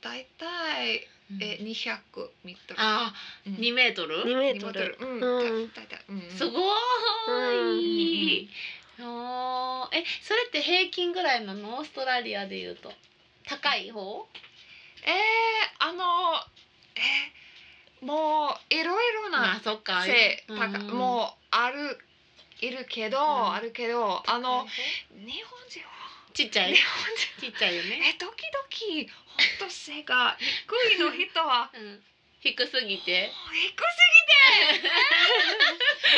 [SPEAKER 3] だいたいえ
[SPEAKER 2] うん
[SPEAKER 3] 二百ミトル。
[SPEAKER 2] あ
[SPEAKER 3] うん、
[SPEAKER 2] 2メートル、
[SPEAKER 1] 二メート
[SPEAKER 3] 2
[SPEAKER 1] ル。。
[SPEAKER 3] うん、だだいたい。うんうん
[SPEAKER 2] すごーい、おーえそれって平均ぐらいなのオーストラリアでいうと高い方
[SPEAKER 3] えー、あのえー、もういろいろ
[SPEAKER 2] ま
[SPEAKER 3] な
[SPEAKER 2] あそっか
[SPEAKER 3] 性
[SPEAKER 2] うん
[SPEAKER 3] 高、もうあるいるけど、
[SPEAKER 2] ん
[SPEAKER 3] あるけどあ
[SPEAKER 2] 高い
[SPEAKER 3] の
[SPEAKER 2] 方
[SPEAKER 3] 日本人は
[SPEAKER 2] ちっちゃい
[SPEAKER 3] 日本
[SPEAKER 2] ちっ
[SPEAKER 3] 人
[SPEAKER 2] ちゃいよね、
[SPEAKER 3] え時々本当背が低いの人は
[SPEAKER 2] うん、低すぎて
[SPEAKER 3] もう低すぎて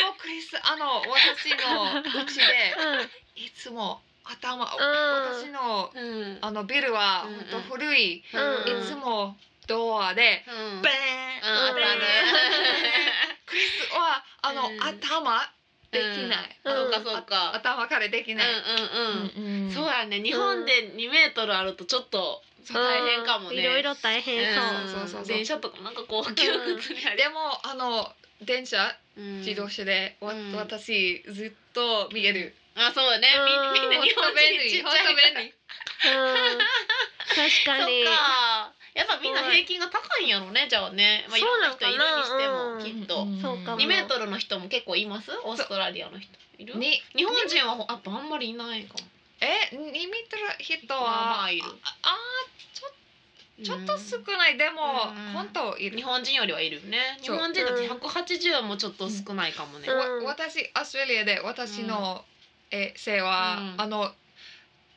[SPEAKER 3] もうクリスあの私のうちで
[SPEAKER 1] う
[SPEAKER 3] いつも頭、
[SPEAKER 1] ん
[SPEAKER 3] 私の
[SPEAKER 2] うん
[SPEAKER 3] あのビルは
[SPEAKER 2] うんうん
[SPEAKER 3] 本当古い、
[SPEAKER 1] うん
[SPEAKER 3] いつもドアで
[SPEAKER 2] うん
[SPEAKER 3] ベー
[SPEAKER 2] うん
[SPEAKER 3] ン、
[SPEAKER 2] あったね
[SPEAKER 3] クリスはあの、
[SPEAKER 2] うん
[SPEAKER 3] 頭できない、
[SPEAKER 2] うん
[SPEAKER 1] うん
[SPEAKER 2] そうかそうか
[SPEAKER 3] 頭からできない、
[SPEAKER 2] うんうんうん
[SPEAKER 3] うんうん
[SPEAKER 2] そうやね日本で2メートルあるとちょっと
[SPEAKER 3] そう
[SPEAKER 2] 大変かもね
[SPEAKER 1] いろいろ大変そ
[SPEAKER 3] んそうそうそうそう
[SPEAKER 2] 電車とかなんかこう窮屈にあり
[SPEAKER 3] でもあの電車自動
[SPEAKER 2] 車
[SPEAKER 3] 車で、わ
[SPEAKER 2] うん
[SPEAKER 3] 私ずっと見える、
[SPEAKER 2] あそうだねみ
[SPEAKER 1] うん
[SPEAKER 2] みんな日本人ちっちゃい
[SPEAKER 3] 本
[SPEAKER 2] から
[SPEAKER 3] 当便利
[SPEAKER 1] う。うん。確
[SPEAKER 2] そっ
[SPEAKER 1] かに。
[SPEAKER 2] かやっぱみんな平均が高いんやろねじゃあねまあいろんな人いるにして
[SPEAKER 1] そ
[SPEAKER 2] も
[SPEAKER 1] う
[SPEAKER 2] きっ
[SPEAKER 3] う
[SPEAKER 2] と
[SPEAKER 3] ん
[SPEAKER 1] そうかも
[SPEAKER 2] 2メートルの人も結構いますオーストラリアの人いる
[SPEAKER 3] に
[SPEAKER 2] 日本人はああんまりいないかも
[SPEAKER 3] え2メートル人は、
[SPEAKER 2] まあまあいる
[SPEAKER 3] ああーちょっと少ない、でも、
[SPEAKER 2] うん
[SPEAKER 3] 本当いる
[SPEAKER 2] 日本人よりはいるよね日
[SPEAKER 3] そう
[SPEAKER 2] 本人だって180もちょっと少ないかもね、
[SPEAKER 1] うん
[SPEAKER 3] わ私アストラリアで私の、え性は、
[SPEAKER 2] うん
[SPEAKER 3] あの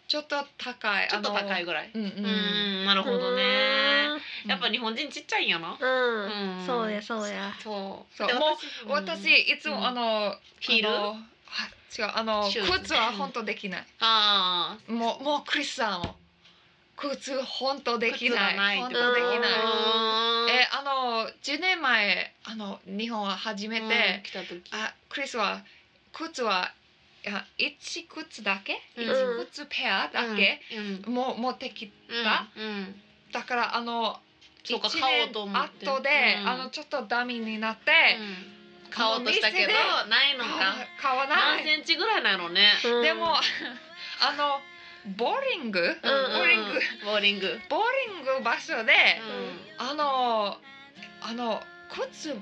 [SPEAKER 3] ちょっと高い
[SPEAKER 2] ちょっと
[SPEAKER 3] あの
[SPEAKER 2] 高いぐらい
[SPEAKER 3] うんう
[SPEAKER 2] うんん、なるほどね
[SPEAKER 3] うん
[SPEAKER 2] やっぱ日本人ちっちゃいんやな
[SPEAKER 1] うん。
[SPEAKER 2] うん
[SPEAKER 1] そうやそうや。
[SPEAKER 2] そう
[SPEAKER 3] そう
[SPEAKER 2] で
[SPEAKER 3] も
[SPEAKER 2] 私
[SPEAKER 3] 私
[SPEAKER 2] ん
[SPEAKER 3] いつも、
[SPEAKER 2] うん
[SPEAKER 3] あの
[SPEAKER 2] ヒール
[SPEAKER 3] あのあ違うあの
[SPEAKER 2] シューズ
[SPEAKER 3] 靴は本当できない
[SPEAKER 2] ああ
[SPEAKER 3] もうもうクリスさんも靴本当でき
[SPEAKER 2] 靴
[SPEAKER 3] な
[SPEAKER 2] が
[SPEAKER 3] い
[SPEAKER 2] ないっ
[SPEAKER 3] 本
[SPEAKER 2] て
[SPEAKER 3] 当
[SPEAKER 2] こと
[SPEAKER 3] できない
[SPEAKER 2] うん
[SPEAKER 3] えあの10年前あの日本は初めて、
[SPEAKER 2] うん来た時
[SPEAKER 3] あクリスは靴はいや一靴だけ、
[SPEAKER 2] うん
[SPEAKER 3] 一靴ペアだけ、
[SPEAKER 2] うんうん
[SPEAKER 3] もう持ってき
[SPEAKER 2] うんうん
[SPEAKER 3] だからあの
[SPEAKER 2] そうか
[SPEAKER 3] 一
[SPEAKER 2] 買お
[SPEAKER 3] 年
[SPEAKER 2] うと思って
[SPEAKER 3] 後で、
[SPEAKER 2] うん
[SPEAKER 3] あのちょっとダミーになって、
[SPEAKER 2] うん買おうとしたけ
[SPEAKER 3] お
[SPEAKER 2] ど
[SPEAKER 3] 店で
[SPEAKER 2] ないの
[SPEAKER 3] あ
[SPEAKER 2] か
[SPEAKER 3] 買わな
[SPEAKER 2] 何
[SPEAKER 3] い
[SPEAKER 2] センチぐらいなのね
[SPEAKER 1] うん
[SPEAKER 3] でも あのボーリング、
[SPEAKER 2] うん
[SPEAKER 3] ボーリング
[SPEAKER 2] ボーリング
[SPEAKER 3] ボーリング場所で、あのあの靴あ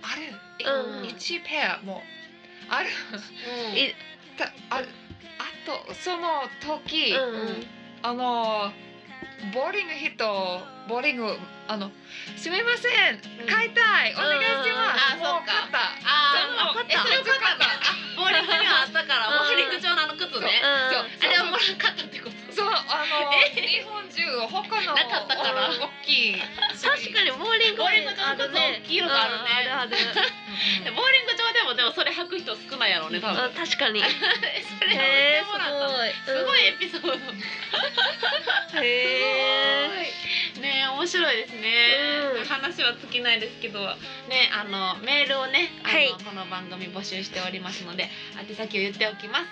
[SPEAKER 3] あ
[SPEAKER 1] うん
[SPEAKER 3] る、一1ペアもうある
[SPEAKER 2] うん
[SPEAKER 1] い
[SPEAKER 3] たあるあとその時、
[SPEAKER 1] うん
[SPEAKER 3] あのボーリング人ボーリングあのすみません買いたいお願いします、
[SPEAKER 2] うん
[SPEAKER 3] も
[SPEAKER 2] あそ
[SPEAKER 3] う
[SPEAKER 2] うか
[SPEAKER 3] 買った
[SPEAKER 2] ああ
[SPEAKER 3] そう
[SPEAKER 2] えそれを買ったんだあボーリングにはあったからボーリング場のあの靴ね
[SPEAKER 1] うん。
[SPEAKER 2] あれはもらんかったってこと
[SPEAKER 3] そうあの日本中他の
[SPEAKER 2] なかったから
[SPEAKER 3] 大きい
[SPEAKER 1] 確かにボーリング
[SPEAKER 2] ボーリング場の靴大きいのがあるね
[SPEAKER 1] うんある
[SPEAKER 2] でボーリング場でもでもそれ履く人少ないやろうね多
[SPEAKER 1] ある。
[SPEAKER 2] 分
[SPEAKER 1] あ確かに。へ
[SPEAKER 2] え それ
[SPEAKER 1] え
[SPEAKER 2] を買ってもらったの
[SPEAKER 1] す
[SPEAKER 2] す
[SPEAKER 1] ご
[SPEAKER 2] ご
[SPEAKER 1] い
[SPEAKER 2] いエピソード
[SPEAKER 1] うん。へえ。
[SPEAKER 2] ね面白いですね、
[SPEAKER 1] うん
[SPEAKER 2] 話は尽きないですけどねあのメールをねあの、
[SPEAKER 1] はい
[SPEAKER 2] この番組募集しておりますので宛先を言っておきます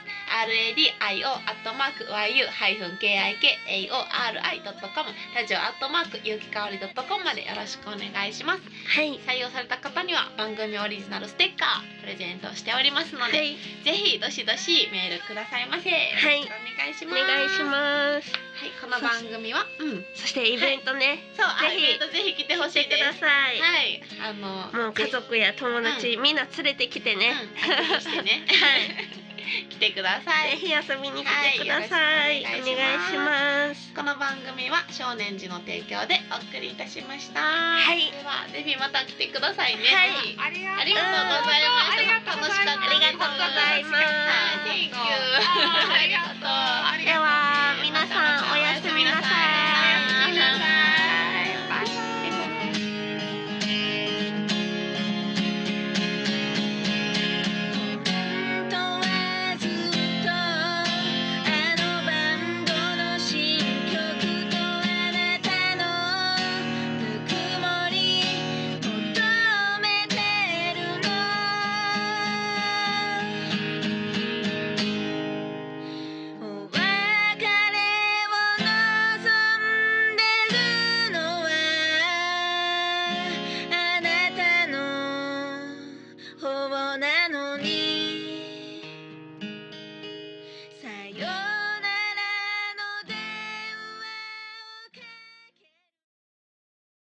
[SPEAKER 2] radio アットマーク yu ハイフン kikaori ドットコムラジオアットマーク有機香りドットコムまでよろしくお願いします
[SPEAKER 1] はい。
[SPEAKER 2] 採用された方には番組オリジナルステッカープレゼントしておりますので、
[SPEAKER 1] はい。
[SPEAKER 2] ぜひどしどしメールくださいませよ
[SPEAKER 1] はい
[SPEAKER 2] ろしくお願いし
[SPEAKER 1] お
[SPEAKER 2] ます
[SPEAKER 1] 願いします。
[SPEAKER 2] はいこの番組はうん
[SPEAKER 1] そしてイベントね、
[SPEAKER 2] そう
[SPEAKER 1] ぜひ
[SPEAKER 2] ぜひぜひ来てほし
[SPEAKER 1] 来
[SPEAKER 2] い
[SPEAKER 1] て
[SPEAKER 2] で
[SPEAKER 1] くだ
[SPEAKER 2] す
[SPEAKER 1] さい。
[SPEAKER 2] はいあの
[SPEAKER 1] もう家族や友達、みんな連れてきてね。
[SPEAKER 2] うん安心してね 来てくださ
[SPEAKER 1] はい、ぜ
[SPEAKER 2] い
[SPEAKER 1] ひ遊びに来てください。
[SPEAKER 2] はい
[SPEAKER 1] お
[SPEAKER 2] よろしくお願いしま
[SPEAKER 1] 願
[SPEAKER 2] す
[SPEAKER 1] いします。
[SPEAKER 2] この番組は少年寺の提供でお送りいたしました
[SPEAKER 1] い
[SPEAKER 2] ではぜひまた来てくださいね
[SPEAKER 1] はい
[SPEAKER 2] ぜひ
[SPEAKER 3] ありが
[SPEAKER 2] あ
[SPEAKER 3] と
[SPEAKER 2] り
[SPEAKER 3] う
[SPEAKER 2] がとうございました
[SPEAKER 3] ありがとうございます
[SPEAKER 2] 楽しかったです
[SPEAKER 1] ありがとうございます
[SPEAKER 2] はい Thank you
[SPEAKER 3] ありがとう
[SPEAKER 2] あ